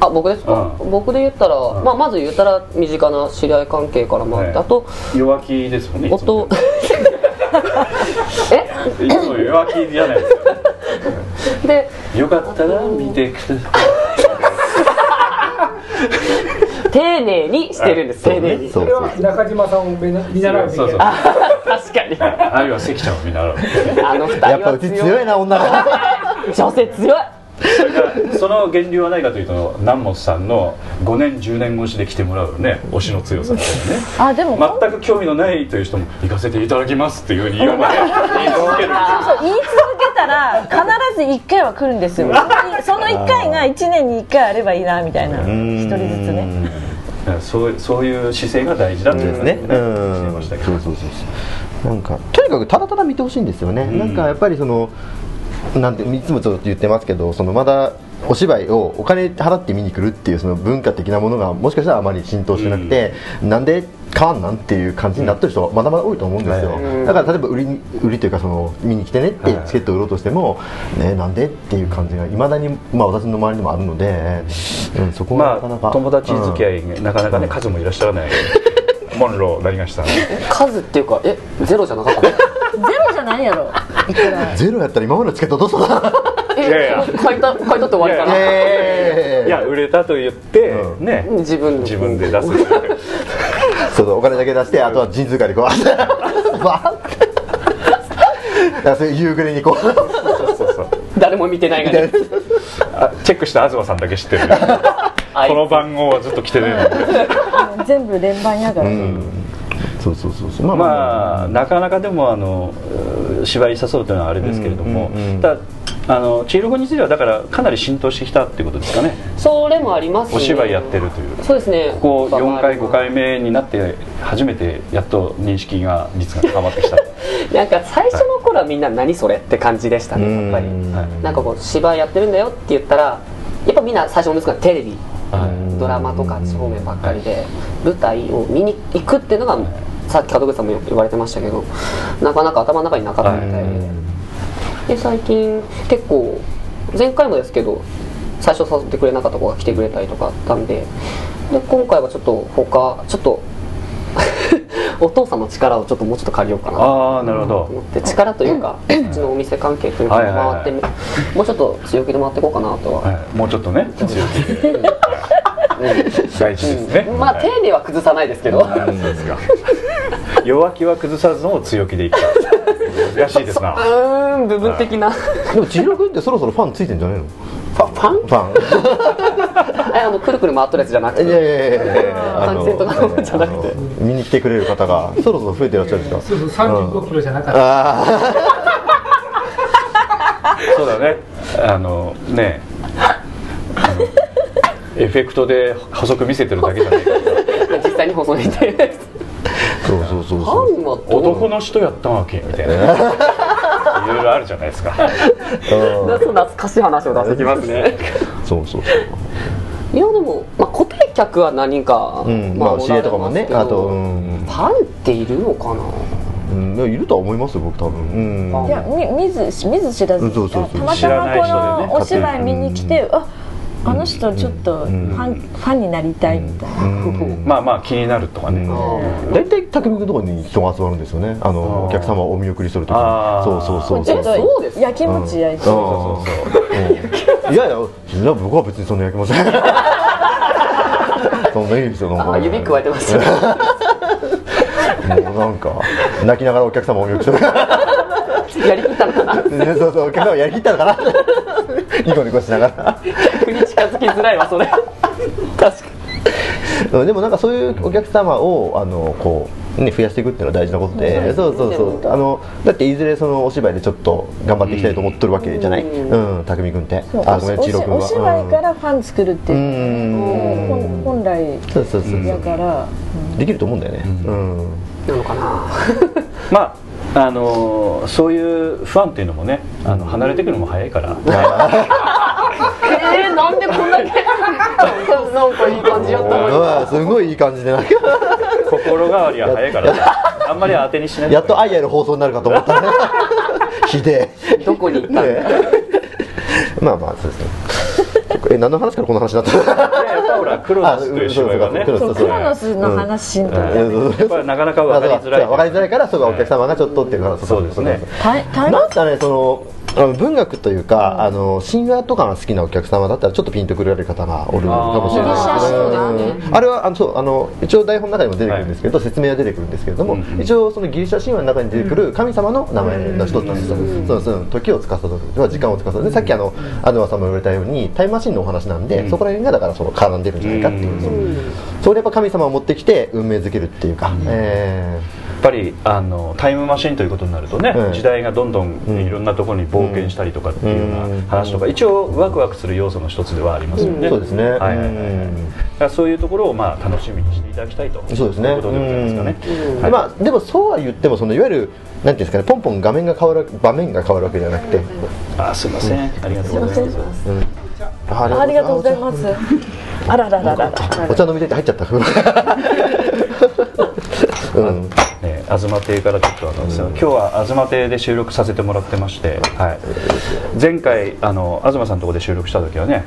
あ僕ですか、
う
僕で言ったら、
ん
まあ、まず言ったら身近な知り合い関係からもあって、
はい
あと
弱気ですよねいつも
夫え
いつも弱気じゃないですか
で
よかったら見てくださ
丁寧にしてるんです、
そう
丁寧
ね
に
そ
そうれ
そう
は中島さんを見習
い
うべき
そうそう
だ
確かに
あるいは関ちゃんを見習う
あの二人
やっぱう
は
ち
強
強
い
いな女 が
女性強い
それからその源流はないかというと南本さんの5年10年越しで来てもらうね推しの強さみたいなね
あでもこん
全く興味のないという人も行かせていただきますっていうふうに言うまで言い続ける
そう言い続けたら必ず一回は来るんですよその一回が一年に一回あればいいなみたいな一人ずつね
そうそういう姿勢が大事だっていう
ですねう
話をして
ん
まし
そ
た
う
けど
そうそうそうなんかとにかくただただ見てほしいんですよね、なんかやっぱりそのなんていつもちょっと言ってますけどそのまだお芝居をお金払って見に来るっていうその文化的なものがもしかしたらあまり浸透してなくて、なんで買わんなんっていう感じになってる人はまだまだ多いと思うんですよ、だから例えば売りに売りというかその見に来てねってチケットを売ろうとしても、ね、なんでっていう感じがいまだに、まあ、私の周りにもあるので、うん、そこが
ま
なかなか、
あ友達付き
い、
合いがなかなかね数もいらっしゃらないモンローなりました
数っていうかえゼロじゃなかった
ゼロじゃないやろいくら
ゼロやったら今までのチケットどうするだ
え
いやいや
買いた買い取って終わりか
い
な
えーいや売れたと言って、
う
ね
自分
自分で出すっていう
そうそうお金だけ出してあとは人数がでこう バーってだからそういう夕暮れにこう
そうそうそう
誰も見てないがね
あチェックした東さんだけ知ってる
あい
この番号はずっと来てねえの
全部連番やから、
そうそうそうそうまあまあ、
まあなかなかでもあのうー芝居誘うというのはあれですけれども、
うんうんうん
ただあの千尋君についてはだからかなり浸透してきたってことですかね
それもありますね
お芝居やってるという
そうですね
ここ4回5回目になって初めてやっと認識が率が高まって きた
なんか最初の頃はみんな何それって感じでしたねやっぱり
うん
はい
なんかこう芝居やってるんだよって言ったらやっぱみんな最初思いつくのはテレビ
はい
ドラマとか地方面ばっかりで舞台を見に行くっていうのがさっき門口さんも言われてましたけどなかなか頭の中になかったみたいでで最近結構前回もですけど最初誘ってくれなかった子が来てくれたりとかあったんでで今回はちょっと他ちょっと お父さんの力をちょっともうちょっと借りようかなと
ああなるほ
思
ど
って力というかうちのお店関係というか
はいはいはい
回ってみもうちょっと強気で回っていこうかなとは
はい、もうちょっとね 強気で大事ですね、
まあ
はい
丁寧は崩さないですけど、
そうですか弱気は崩さずの強気でい く難しいですな
うーん部分的な
でも千尋君ってそろそろファンついてんじゃないの
パパン
ファ
えあのくるくる回ってるやつじゃなく
ンいやい
て
やいやいやいやあの
換気扇とかのじゃなくて
あの見に来てくれる方がそろそろ増えてらっしゃるんです
そ
か
うそう35キロじゃなかった
あ
そうだね。あのねあのエフェクトで補足見せてるだけじゃ ないから。
実際に放送に行ってるやつ
あそうそうそう
パ
そう
ンもどう
男の人やったわけみたいな。いろいろあるじゃないですか。
うん
懐かしい話を出してきますね
そうそうそう
いやでも、まあ、固定客は何人か、
うんまあ知り合いとかもね
おられ
あ
ますけど
とうん
パンっているのかな
うんいやいるとは思いますよ僕多分うん
いやみ見ず見ず知らず
うんそうそうそう
たま
知
た
らない人
ま
で
こ
ね
のお芝居見に来て、ああの人ちょっとファン、
うん
ファンになりたいみたいな、
うん
まあまあ気になるとかね。
大体匠君のところに人が集まるんですよねあの
あー
お客様をお見送りするときに
あー
そうそうそう
ち
そ
ょ
う
っ
そ
と
うです
焼きもち焼いて、
うん
そうそうそう。
うんいやいやいや僕は別にそんな焼きません そんないいですよなんか
あ指くわえてました
もうなんか泣きながらお客様をお見送りして
やりきったのかな
ね そうそうお客様やりきったのかなニコニコしながら
逆に近づきづらいわそれ確か
うんでもなんかそういうお客様をあのこう、ね、増やしていくっていうのは大事なことで、そうそうそうあのだっていずれそのお芝居でちょっと頑張っていきたいと思っとるわけじゃない、うん匠君ってあごめん千尋君は
お芝居からファン作るって
う
いう、
ん
ほ
うん
ん本来
そうそうそう
だから、
できると思うんだよねうん、
なのかな
まああのーそういう不安っていうのもねあの離れてくるのも早い から、
えー、なんでこんだけなんかいい感じやったの
う
に
わすごいいい感じでなんか
心変わりは早いからねあんまり当てにしない
やっと愛ある放送になるかと思った ねひで
どこ に行っ
え、
たんだよ
ねえ、まあまあそうですねえ何の話からこの話になったの
ねやっぱほらクロノスという芝居がね
あそうそうそう
クロノスの話みたい な、
やっぱりなかなか分かりづらい
分かりづらいからそうかお客様がちょっとっていう話
そうですね
大大
なんかねそのあの文学というか、あの神話とかが好きなお客様だったらちょっとピンとくられる方がおるかもしれない
あーギリシャ神話
うんあれはあのそうあの一応台本の中にも出てくるんですけど、説明は出てくるんですけれども、一応そのギリシャ神話の中に出てくる神様の名前の一つなんですよ、そうそう時を司るまあ時間を司るでさっきあの安藤さんも言われたようにタイムマシンのお話なんで、そこら辺がだからその絡んでるんじゃないかっていう、それやっぱ神様を持ってきて運命づけるっていうか、え
やっぱりあのタイムマシンということになるとね、
うん
時代がどんどん
ん
いろんなところに冒険したりとかっていうよう
うん
な話とか、一応ワクワクする要素の一つではありますよ
ー
ね、
そうですね、
はいはいはい
うん
だからそういうところをまあ楽しみにしていただきたいと
そうですね
いうことでございますかね、
うん
はい
まあ、でもそうは言ってもそのいわゆるなんていうんですかねポンポン画面が変わる場面が変わるわけじゃなくて、
あすいません、ありがとうございます
あ
ありがとうございますあららららら
あお茶飲みたい って入っちゃった、うん、
ね、東亭からちょっとあの、今日は東亭で収録させてもらってまして、はい、前回あの東さんのところで収録した時はね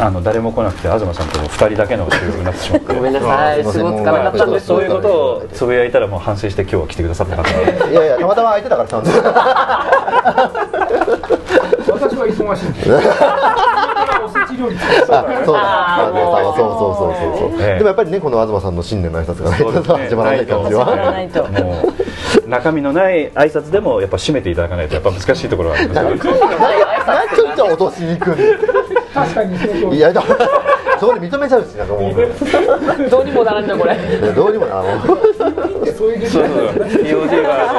あの誰も来なくて東さんとこ2人だけの収録になってしまって
ごめんなさい
あーすい
す
ません
ごい疲れ
も
な
う
かっ
ち
た
ょっ
ん
と
で
そういうことをつぶやいたらもう反省して今日は来てくださった方で
いやいやたまたま空いてたから来たんです
私は忙しいんですおせち料理作る
あそうだ東さんはそうそうそうそうそう、
ええ
でもやっぱりねこの東さんの新年の挨拶がない
そうです
と
ね
始まらないかもしれ
始まら
な
ないいと
もう中身のない挨拶でもやっぱ締めていただかないとやっぱ難しいところがありますよね
なんちょいちょい落としに行くん
確かにそうそう
いやだからそこで認めちゃうしなんかもう
どうにもならんじゃんこれ
どうにもならんもう
そういう現
そうそ
象
う POD があ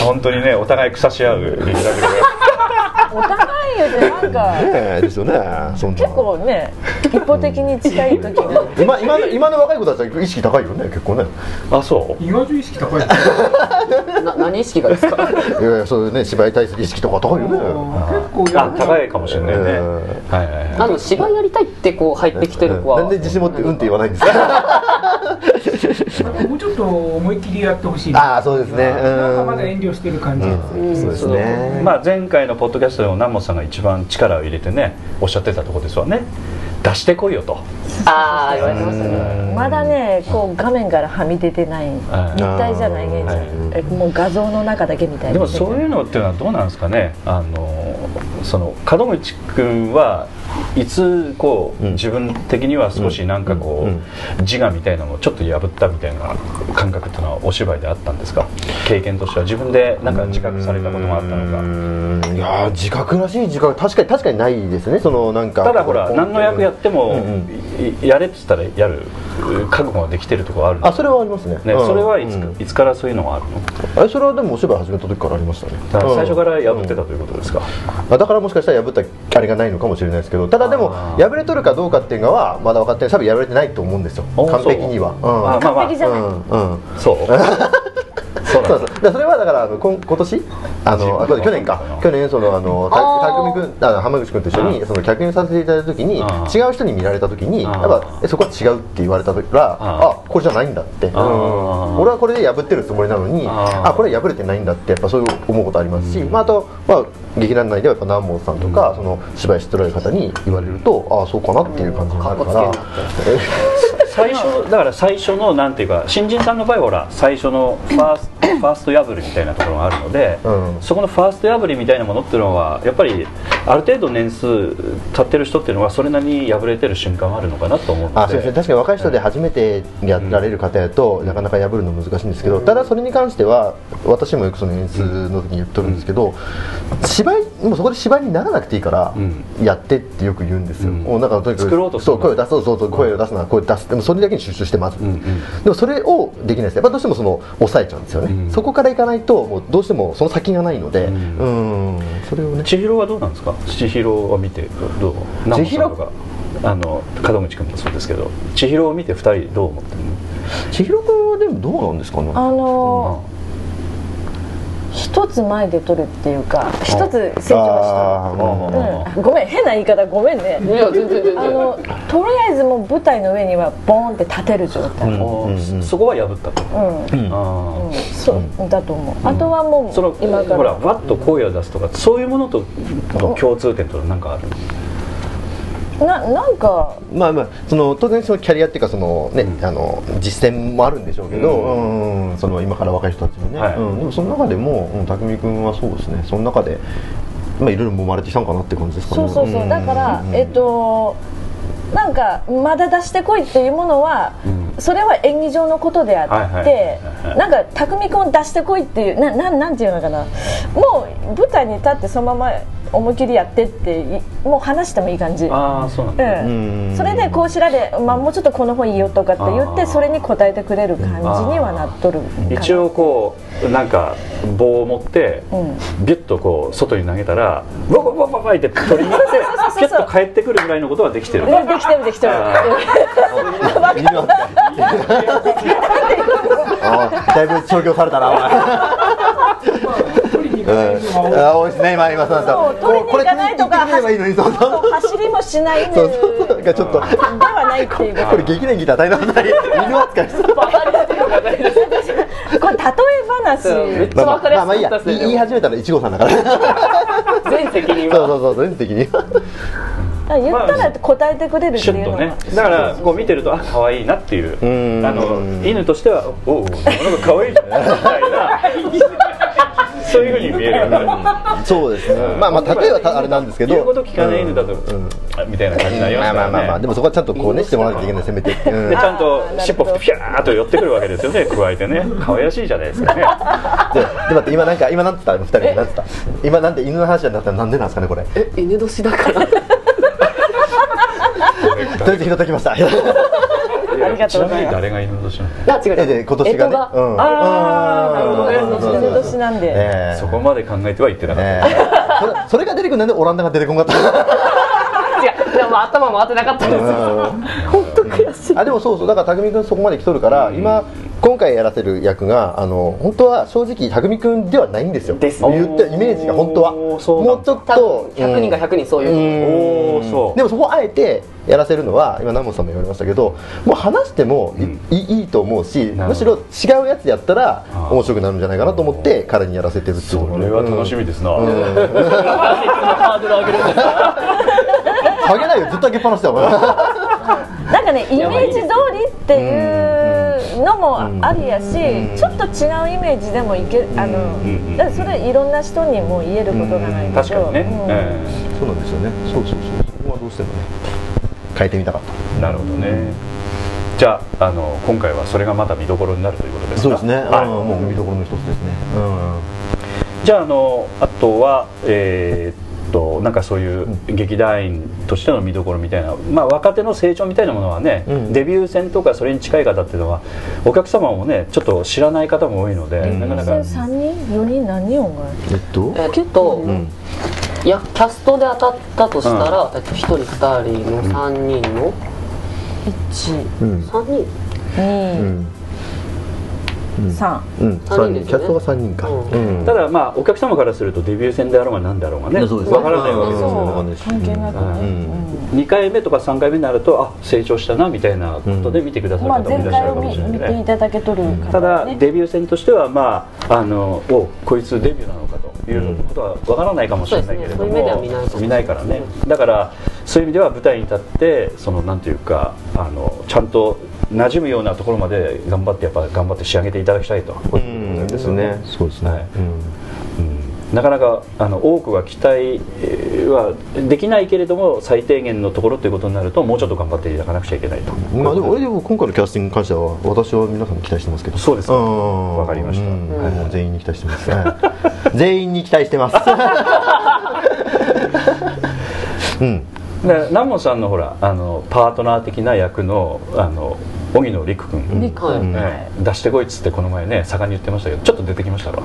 の本当にねお互い草し合うリズムで
お互いよねなんか
ねえですよねそんな
結構ね一方的に近い時が
今今の今の若い子たちは意識高いよね結構ね
あそう
意外と意識高いですね
な何意識がですか
いやいやそういうね芝居対策意識とか高いよね
結構や
あ
る
高いかもしれないね、
うん
はいはいはい
あの芝居やりたいってこう入ってきてる子は
なんで自信持ってうんって言わないんですか
もうちょっと思いっきりやってほしい
ああそうですね
なんかまだ
う
遠慮してる感じです
んそうですね
まあ、前回のポッドキャストでも南本さんが一番力を入れてねおっしゃってたところですわね出してこいよと、
ああ言われてましたね
まだねこう画面からはみ出てない
はい
一体じゃない現
は
状えもう画像の中だけみたいな
でもそういうのっていうのはどうなんですかねあのその門口君はいつこう、
うん
自分的には少しなんかこう、
うん
自我みたいなのをちょっと破ったみたいな感覚っていうのはお芝居であったんですか経験としては自分でなんか自覚されたこともあったのか
うんいやー自覚らしい自覚確かに確かにないですねそのなんか
ただほら
ポンポン
何の役やっても、
うん
いやれって言ったらやる覚悟ができてるところはあるんで
あそれはありますね
ね、
うん
それはいつ,、
うん
いつからそういうのがあるの、
あれそれはでもお芝居始めた時からありましたね
だから最初から
うん
破ってたということですか、
まあだからもしかしたら破ったあれがないのかもしれないですけどただでも
あー
破れとるかどうかっていうのはまだ分かってない多分破れてないと思うんですよ
おー
完璧には
そうあまあまあ
完璧じゃない
うんうん
そうそうなだ
そうんそうだからそれはだからあの今今年あのあ
自分の
去年か去年そのあのた匠君あの浜口君と一緒にその客員させていただいた時に違
あー
う人に見られた時にや
あ
っ
ー
ぱえそこは違うって言われた時から
あ
あこれじゃないんだってうん
あー
俺はこれで破ってるつもりなのに
あー
あこれ破れてないんだってやっぱそういう思うことありますしまああとまあ劇団内ではやっぱ南門さんとかその芝居しておられる方に言われるとああそうかなっていう感じになるから
かっこ
最初だから最初のなんていうか新人さんの場合はほら最初のファースファースト破りみたいなところがあるので、
うん
そこのファースト破りみたいなものっていうのはやっぱりある程度年数経ってる人っていうのはそれなりに破れてる瞬間はあるのかなと思うので
あそうですね確かに若い人で初めてやられる方やと、なかなか破るの難しいんですけど、ただそれに関しては私もよくその演出の時に言っとるんですけど、芝居もうそこで芝居にならなくていいから、
うん
やってってよく言うんですよ、
うん
もうなんかとにかく
作ろうとする
そう声を出そうそうそう声を出すな声を出すでもそれだけに集中してます、
うんうん
でもそれをできないですやっぱどうしてもその抑えちゃうんですよね、
うん
そこからいかないともうどうしてもその先がないのでう
うん
んそれをね
千尋はどうなんですか千尋を見てどう
千尋
南本さんとかあの門口君もそうですけど千尋を見て二人どう思ってる
千尋君はでもどうなんですかね
あの
の
ー一つ前で撮るっていうか一つ成長した
あーまあまあまあ
うん、ごめん変な言い方ごめんね
いや全然全然
あのとりあえずもう舞台の上にはボーンって立てる状態、うん
うんうんうん
そこは破ったと、
うん
あー
そうだと思う、あとはもう
その
今から
ほらわっと声を出すとかそういうものとの共通点と何かある
ななんか
まあまあその当然そのキャリアっていうかそのね、
うん
あの実践もあるんでしょうけど、うんその今から若い人たちもね、
はい
うん、でもその中でも、うん、匠君はそうですねその中でまあいろいろ揉まれてきたのかなって感じですかね
そうそうそう、
ん
だから、
うん
えっとなんかまだ出してこいっていうものは、
う
それは演技上のことで
は
あ
いは
っ
いはい
て
はい
なんか匠君を出してこいっていうなななんていうのかなもう舞台に立ってそのまま思い切りやってっていもう話してもいい感じ、う
ああそうなんだ、
ん
うん
それでこう調べ、まあ、もうちょっとこの本いいよとかって言っ
あ
て
ー
それに応えてくれる感じにはなっとるかな
一応こうなんか棒を持って、ビュッとこう外に投げたらわわわわわいって取りに行ってピュッと帰ってくるぐらいのことはできてる
うんできてるできてる
いるわけおいだいぶ調教されたなお 前うんあ多いですね今今そうそう
そう取りに行かないとか
これこれ取りに行ってみればいいのにそうそう
走りもしない
そ
犬
うそうそうがちょっと
ではないっていうこ
これ劇団ギター大変な 犬扱いしてる
とこれ例え
め
話
っちゃ分かり
ま
や
あまあいい
す
や
かったです
言い
ね
始めたら一号さんだから
全責任
そう
は
そうそう全的に
言ったら答えてくれるって
シ
い
ュッ
うの
と
は、
ねだからこう見てるとあ可愛いなっていう
うん
あの犬としてはおうおうなんか可愛いじゃないみたいなそういうふうに見えるよね
そうですねまあまあ例えばたあれなんですけど
言うこと聞かない犬だと、
うん
あみたいな感じになりま
ます
か
あまあ
らね
まあまあでもそこはちゃんとこうねしてもらわなきゃいけないせめてうん
でちゃんと尻尾振ってピャーっと寄ってくるわけですよ ね加えてね可愛らしいじゃないですかね
でで待って今なんか今なんつった二人なんつった今なんて犬の話じゃなったらなんでなんですかねこれ
え犬年だから
とりあえず拾ってきました
ありがとうございます
ちなみに誰が犬年なの
あ違
え
う違う
で今年がね
干支が
うん
あー
うん
なるほどね
そうそうそう
今年なんで
ええ
そこまで考えてはいってなかった、
ええそれそれが出てくるなんでオランダが出てこんかった
違うでも頭回ってなかったんですよ
本当悔しいあでもそうそうだから匠君そこまで来とるから、今今回やらせる役があの本当は正直匠君ではないんですよ
ですね
言ってイメージが本当は
おーそうなん
もうちょっ
多分
と
100人が100人そういううん
おおそう
でもそこをあえてやらせるのは今南本さんも言われましたけどもう話してもい,、
ん
いいと思うし
なる
むし
ほど
ろ違うやつやったら
あー
面白くなるんじゃないかなと思って彼にやらせてるっていうの
それは楽しみですな、
ハードル上げるんですよ
うん下げないよずっと上げっぱなしだ よお前
なんかねイメージ通りっていうのもありやしちょっと違うイメージでもいけあの
ん
だからそれいろんな人にも言えることがないと
確かにね、
うん
え
そうなんですよねそうそうそうそこはどうしてもね変えてみたかった
えなるほどねじゃああの今回はそれがまた見どころになるということですか
そうですね、
はい
うんもう見どころの一つですね、
じゃああのあとはえーっとなんかそういう劇団員としての見どころみたいな、まあ、若手の成長みたいなものはね、
うん
デビュー戦とかそれに近い方っていうのはお客様もねちょっと知らない方も多いので、なかなか
3人4人何人お前
えっと
えっと、
ん
いやキャストで当たったとしたら、えっと1人2人の3人の
うん
3人
うん
3
うん
三
三
人ですね
人キャストが三人か
うん
うん
ただまあお客様からするとデビュー戦であろうが何であろうがね
そうですね
分からないわけですよ
うんわかんないし
関係なく
う
ね
うん
2回目とか3回目になるとあ成長したなみたいなことで見てくださる
まあ
方もいら
全
っしゃる
体を
かも
見
しれない
見
ね
ていただけとる
た
方
だ、
ね
デビュー戦としては、まあ、あのおこいつデビューなのかということはわからないかもしれないけれども、
そうですねそういう目では見ないかも
見ないからねだからそういう意味では舞台に立ってそのなんていうかあのちゃんと馴染むようなところまで頑張ってやっぱ頑張って仕上げていただきたいと
うんですねそうですね、
はいなかなかあの多くは期待はできないけれども最低限のところということになるともうちょっと頑張っていただかなくちゃいけないと
うんまあでも俺でも今回のキャスティングに関しては私は皆さんに期待してますけど
そうですねわ
わ
かりましたはい
もう全員に期待してます、はい 全員に期待し てますうん
で南門さんのほらあのパートナー的な役のあの荻野陸君、ん
リク
はい
ね出してこいっつってこの前ね盛んに言ってましたけどちょっと出てきましたか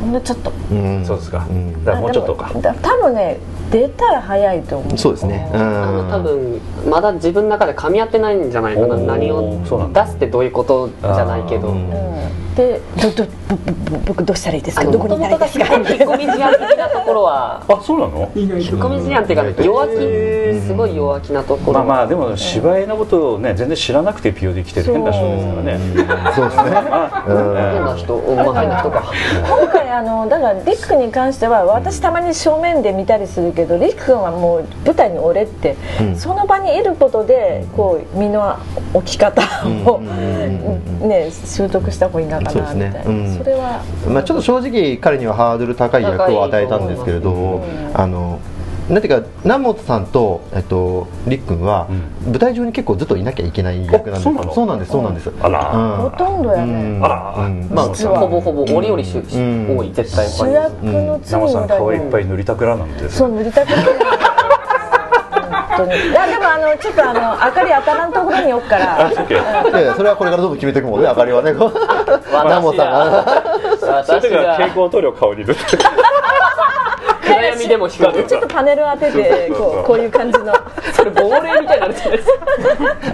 ほんのちょっと
うん
そうですか
ん
だからもうちょっとか
あでもだ多分ね出たら早いと思う
そうですねうん
あの多分まだ自分の中で噛み合ってないんじゃないかな
おー
何を
そうなん
出
だ
すってどういうことじゃないけど
うん
うんでどどぼぼぼ僕どうしたらいいです
あ
か
の
どこ
元
に
々
誰
が
です
引っ
か
込み思案的なところは
あ そうなの
引っ込み思案っていうか弱気すごい弱気なところ
まあまあでも芝居のことをね全然知らなくて POD 来てる変な人ですからね
そうですね
変な人大まかな人が
今回あのだからリクに関しては私たまに正面で見たりするけどリク君はもう舞台に俺って、その場にいることでこう身の置き方を、ね、習得した方がいいのか
そうで
な
す
み
ね
たいな、
うん
それは
まあ、ちょっと正直彼にはハードル高い役を与えたんですけれど、あのなんていうか南本さんと、えっと、りっくんは、舞台上に結構ずっといなきゃいけない役なんです
あそうなの
そうなんですそうなんです、
あら
ほとんどやね、
うん
あら
うんまあ
実は
ほぼほぼ折々しゅ
うん
多い絶対
主役
南
の罪
門さ
の
ん顔
裏
いっぱ
に
い塗りたくらなんです
そう塗りたくない本当にいやでもあのちょっとあの明かり当たらんところに置くから
オッケー
いやいやそれはこれからどんどん決めていくもんね明かりはねこう南本さんが
そういう
私
時は蛍
が
光塗料顔に塗って
暗闇でも光る
ちょっとパネル当ててこうこういう感じ の
それ亡霊みたいになるじゃないですか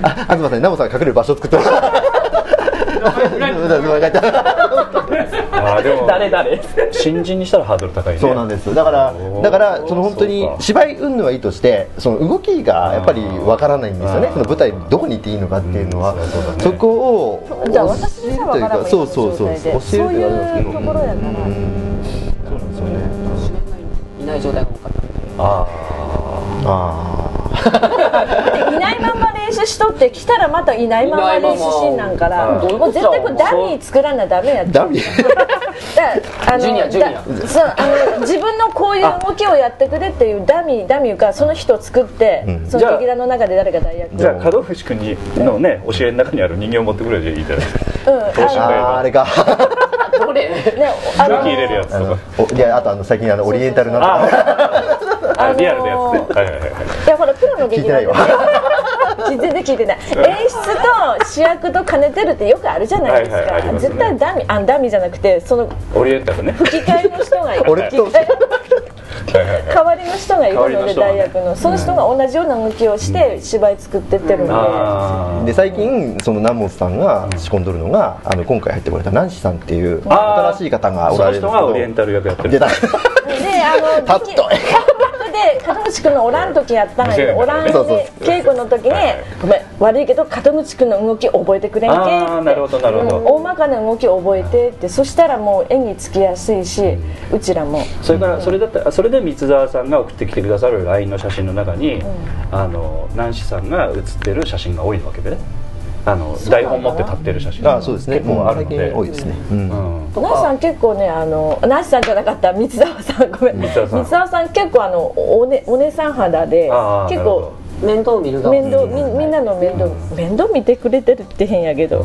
あ東さんに南本さんが隠れる場所作ってます
あーでも
誰誰
新人にしたらハードル高いね
そうなんですだから
おー
だからその本当に
そうか
芝居云々はいいとしてその動きがやっぱりわからないんですよ
あ
ね
ー
その舞台どこに行っていいのかっていうのは、
うんそうだね
そこを
じゃあ私にさわからない
そうそうそう
状態で
教えるというのはあれなですけ
そういうんと
ど
ころ
そう
やから、
なんですよね
いない状態が多かっ
あ
た
あ
いないまんま練習しとって来たらまたいないまんま練習しんなんから
いないまんま
もう絶対これダミー作らなダメやって
ーダミー
だあの
ジュニアジュニア
だそうあの自分のこういう動きをやってくれっていうダミーダミーかその人を作って、そ
じゃあ
の劇団の中で誰が代役
ーじゃあ門藤君にのね教えの中にある人形を持ってくればいいじゃないですか
うんあ
どうしよ
の
あーあれか
どれ
ねあ
空
の
気入れるやつとか
おいやあとあの最近あのオリエンタルなんとか
あリアルなやつねはいはいはい
いやほらプロの
聞い
劇
てな
団
いわ
全然聞いてない演出と主役と兼ねてるってよくあるじゃないですか、
はいはいありますね
絶対ダミあダミじゃなくてその
オリエンタルね
吹き替えの人がいる
俺と
吹き替え代わりの人がいる
代わり
の
の
で
人が
代
ね
役のその人が同じような動きをして芝居作ってってるの
あー
で最近その南本さんが仕込んどるのがあの今回入ってこられたナンシさんっていう
あー
新しい方がお
そ
ら
の
れるん
人
です
がオリエン
け
タル役やって
ど
る
出た
でであの
たっと
劇で門口君のおらん時やったんやけどおらんで
そうそう
稽古の時に「ごめん悪いけど門口君の動き覚えてくれんけ」って
ああなるほどなるほど、
うん大まかな動きを覚えてってそしたらもう演技つきやすいしうちらも
それからそれだったらそれで三沢さんが送ってきてくださる LINE の写真の中に、あのナンシさんが写ってる写真が多いわけでねあの台本持って立ってる写真
あーそうですね
結構
も
あ
う
るの
最近
で
多いですね、うん
うん
ナシさん結構ねあのナシさんじゃなかった三沢さんごめん
三沢さん
さん結構あのお,、ね、お姉さん肌で
あー
結
なるほ
構
ど
面倒見るが
面倒みみんなの面倒面倒見てくれてるって変やけど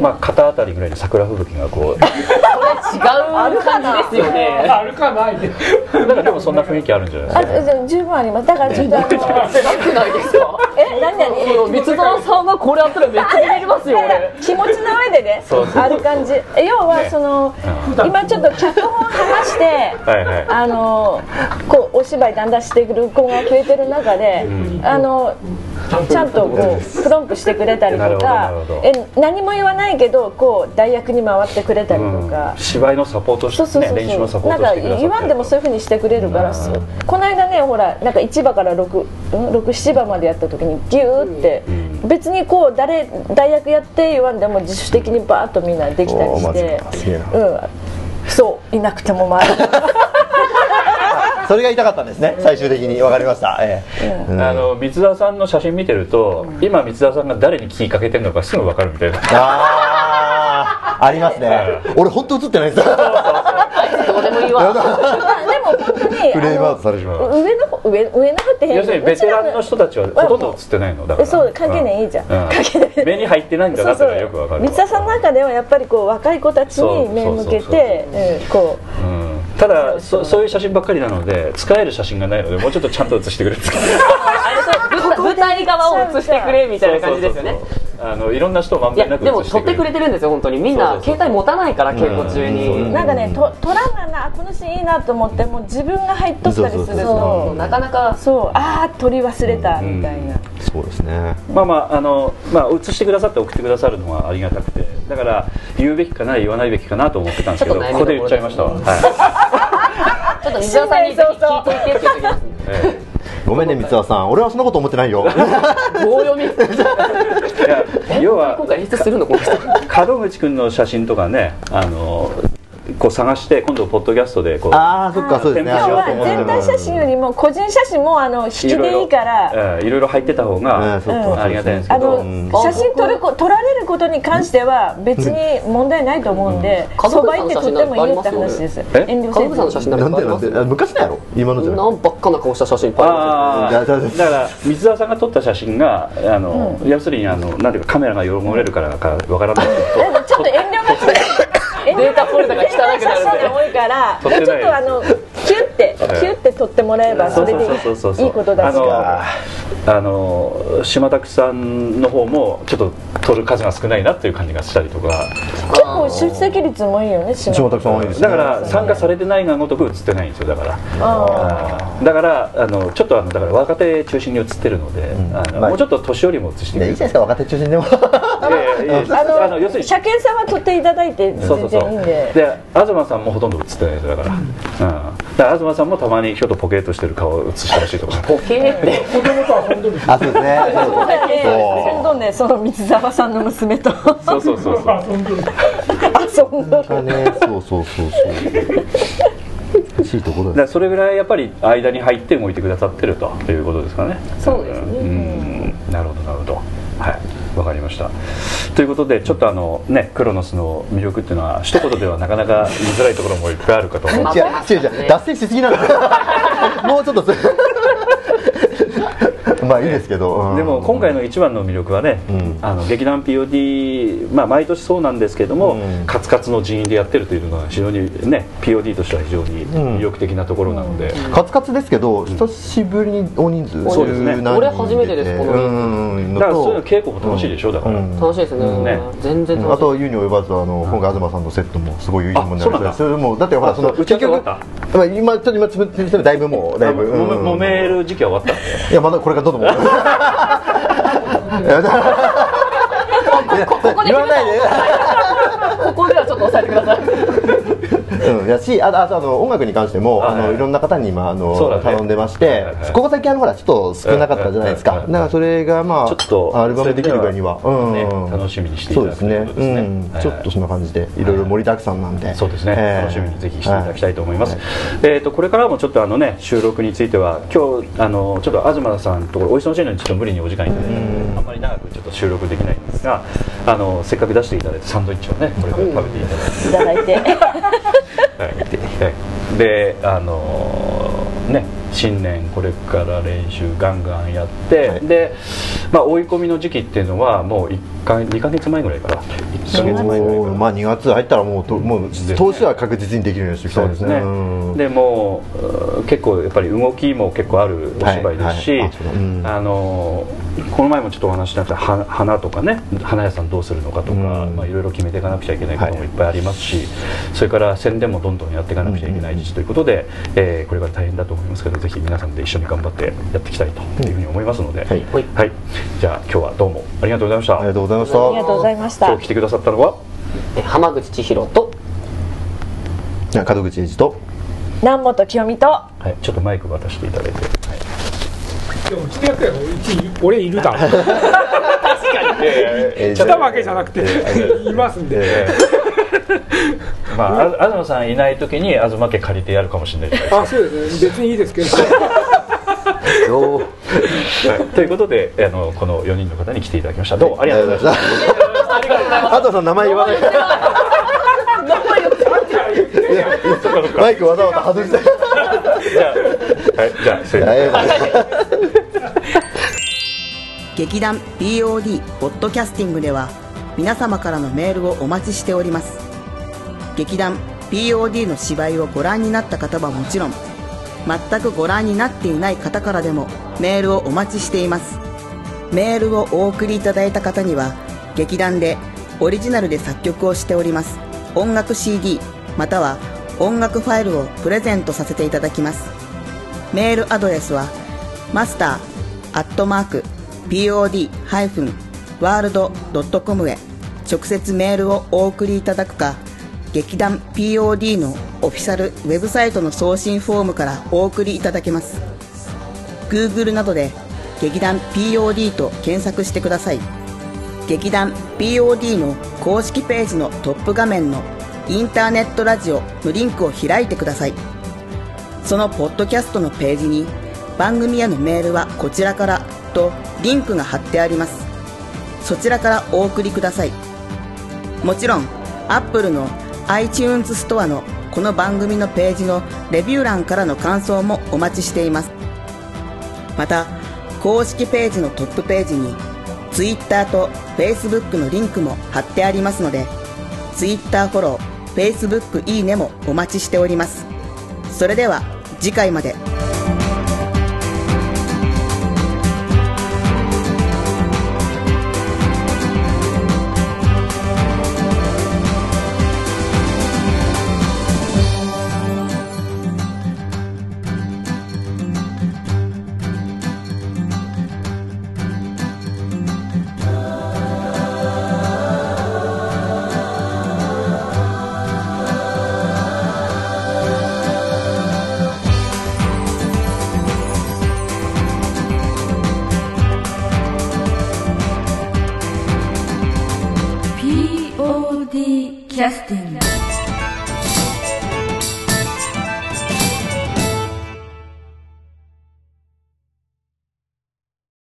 まあ肩あたりぐらいの桜吹雪がこう
違う感じですよね
あるかないで
なんかでもそんな雰囲気あるんじゃないです
あじゃあ十分ありますだからちょっとあ
な
の
くないですか
え何何
そう三沢さんがこれあったらめっちゃ見れますよ
だから
俺
気持ちの上でね
そうそう
ある感じえ要はその、 今ちょっと脚本話して
かはいはい
あのこうお芝居だんだんしてくる子が増えてる中で、あのちゃんとこうプロンプしてくれたりと
な
か
るほどな
え何も言わないけどこう代役に回ってくれたりとか。
うん芝居のサポート
そう
して、
そ
ね、
うそう
練習の
そ
サ
う
ポ
な
ー
ん
トし
か
てくださって
言わんでもそういうふうにしてくれるからそうこの間ねほらなんか1話から67話までやった時にギューって、別にこう誰代役やって言わんでも自主的にバーッとみんなできたり
おー
し
マジ
て
かすげえな
うんそういなくても回る
それが痛かったんですね最終的にわかりました、ええうん
あの三田さんの写真見てると今三田さんが誰に気かけてるのかすぐ分かるみたいな
あーありますね俺本当映ってないです
どうでもいいわ
まあでも本当に
フレームアウトされてし
あ
ま
の
う
上の方上上の方って変
要するにベテランの人たちはほとんど写ってないのだから
そう関係ないいいじゃん関係ない
目に入ってないんだ
そ
な
う
って
そ
のがよく分か
う
る
三田さんの中ではやっぱりこう若い子たちに目向けてうんこう
うんただそそういう写真ばっかりなので使える写真がないのでもうちょっとちゃんと写してくれって
舞台側を映してくれみたいな感じですよね
そうそうそうそうあのいろんな人をまん
い
べん
や
なく
でも
写して
撮っ
くれ
てくれてるんですよ本当にみん
そう
な
そうそう
携帯持たないから稽古中
うん
に
なんかねと取らんがなあこのシーンいいなと思ってもう自分が入っとったりする
そう
と
なかなか
そうああ取り忘れたみたいな
そうですね
まあまああのまあ写してくださって送ってくださるのはありがたくてだから言うべきかな言わないべきかなと思ってたんですけど
ちょっと悩み
ここで言っちゃいましたわ、はい
ちょっと西田さんにぜひ聞いといてって言う時に
え
ごめんね三沢さん俺はそんなこと思ってないよ
棒読み
えいや 要は
今回演出するのこの人
門口君の写真とかねあのこう探して今度ポッドキャストでこう
ああそっかそうですね
あ
今
ー
日は
全
全体写真よりも個人写真もあの引きでいいから
ええいろいろ入ってた方が、
うんそっか
ありがたいんですけ
あ
ど、
の写真撮るこ撮られることに関しては別に問題ないと思うんで、
うん
そば行って撮ってもいいよって話です。
え
遠慮
家族さんの
せ
写真
ず。
な
なんん
でな
かありま
ん
す
であ昔のやろ今のじゃな
ないんばっかな顔した写真いっぱいあ
ああ
いや
だ
だ
だから水沢さんが撮った写真があの、要するにあのなんていうかカメラが汚れるからかわからないけど
えちょっと遠慮がつい。
データフォルダが汚くなるんで
データ写真が多いから、
撮
も
っ
う
て
ち
な
ょ
い
っとあのキュってキュって撮ってもらえば それでい
そうそうそうそう
いいいことだし。
あのあの島田さんの方もちょっと取る数が少ないなっていう感じがしたりとか
結構出席率もいいよね。島
島田さん多いですね
だから参加されてないがごとく映ってないんですよだからあーだからあのちょっとあのだから若手中心に映ってるので、あの
まあ
もうちょっと年寄りも映して
い
く
やい
れ
いじゃないですか若手中心でも
いやいやいや
あの
あの要するに
車検さんは撮っていただいて
そうそ
全
うそう
然いいんで。
で東さんもほとんど映ってないですよだから,、うん、だから東さんもたまにちょっとポケッとしてる顔を映してほしいとか
ポケーって
子供とは遊んでる
あそうですね
そうだね。
そう
今度ねその水沢さんの娘と
そうそうそうそう
遊んでる
遊んどる。
そうねそうそうそうそう惜しいとこ
だ
ろで
からそれぐらいやっぱり間に入って動いてくださってるということですかね
そうですね
うんなるほどなるほどはいわかりましたということでちょっとあのねクロノスの魅力っていうのは一言ではなかなか言いづらいところもいっぱいあるかと思います
す違う違う違う脱線しすぎなのもうちょっとそまあいいですけどうん
でも今回の一番の魅力はね、
うん
あの劇団 POD、まあ、毎年そうなんですけども、
うん
カツカツの人員でやってるというのが非常にね POD としては非常に魅力的なところなので、
カツカツですけど久しぶりに大人数
そうですね
十何人
俺初めてですこの
うん
だからそういうの稽古も楽しいでしょだから、
うん
楽しいですね
ね
全然
あ
楽しい
と湯に及ばずあの今回東さんのセットもすごいいいものになりました
あ
それもだってほら
あ
その
そう打ち合わせ終わった
まあ今ちょっと今つぶつぶつぶだいぶもうだいぶ
もめ
うん
揉める時期は終わったんで
いやまだこれからどうぞもう
ここで
言わないで
ここではちょっと抑えてください
うん、やしあとあとあの音楽に関しても、
はいはい
あのいろんな方に今あの、
そうだね
頼んでまし
は
て
い、はい
ここだけあのほらちょっと少なかったじゃないですか、
はいはいはい
だからそれがまあ
ちょっと
アルバムできるからには、
それでは
うん
ね楽しみにしていただく
そうで
とい
すね
うことですね
うん
はい
ちょっとそんな感じでいろいろ盛りだくさんなんで、
そうですね、
ええ
楽しみにぜひしていただきたいと思います、
は
えー、とこれからもちょっとあの、ね、収録については今日あのちょっと東さんのところお忙しいのにちょっと無理にお時間いただいたのであんまり長くちょっと収録できないんですがあのせっかく出していただいたサンドイッチをねこれから食べていただいて。
いただいて。
はい、であのーね新年これから練習ガンガンやって、
はい
で、まあ、追い込みの時期っていうのはもう1か2か月前ぐらいから1
そうまあ2月入ったらもうともう
ですね
投資は確実にできるようにしておきた
そう
い
で
ですす
ね
ね。うん
でもううー結構やっぱり動きも結構あるお芝居ですし、
はいはいあそうだうん
あのーこの前もちょっとお話しになったは花とかね花屋さんどうするのかとか、
うん
まあ、いろいろ決めていかなくちゃいけないこともいっぱいありますし、それから宣伝もどんどんやっていかなくちゃいけない時期ということで、えーこれから大変だと思いますけどぜひ皆さんで一緒に頑張ってやっていきたいというふうに思いますので、
はい
はいじゃあ今日はどうもありがとうございまし
ありが
た。
とうございまし
ありが
た
とうございました。
今日来てくださったのは
え浜口千尋と
じゃあ。門口英二と
南本清美と。
はい、ちょっとマイク渡していただいて、
でも来てやったよ俺いるだ ろ
え
来たわけじゃなくていますんで
え
まあ、あ東さんいない時に東家借りてやるかもしれないじゃないですか
あそうですね別にいいですけど
ということであのこの4人の方に来ていただきましたどうもありがとうございました
あとさん名前言わない。名前言ってない。マイクわざわざ外して。
じゃあ、はい、じゃあ失礼します
劇団 POD ポッドキャスティングでは皆様からのメールをお待ちしております劇団 POD の芝居をご覧になった方はもちろん全くご覧になっていない方からでもメールをお待ちしていますメールをお送りいただいた方には劇団でオリジナルで作曲をしております音楽 CD または音楽ファイルをプレゼントさせていただきますメールアドレスはマスターアットマーク pod-world.com へ直接メールをお送りいただくか劇団 POD のオフィシャルウェブサイトの送信フォームからお送りいただけます Google などで劇団 POD と検索してください劇団 POD の公式ページのトップ画面のインターネットラジオのリンクを開いてくださいそのポッドキャストのページに番組へのメールはこちらからとリンクが貼ってありますそちらからお送りくださいもちろん Apple の iTunes ストアのこの番組のページのレビュー欄からの感想もお待ちしていますまた公式ページのトップページに Twitter と Facebook のリンクも貼ってありますので Twitter フォロー Facebook いいねもお待ちしておりますそれでは次回まで
キャスティング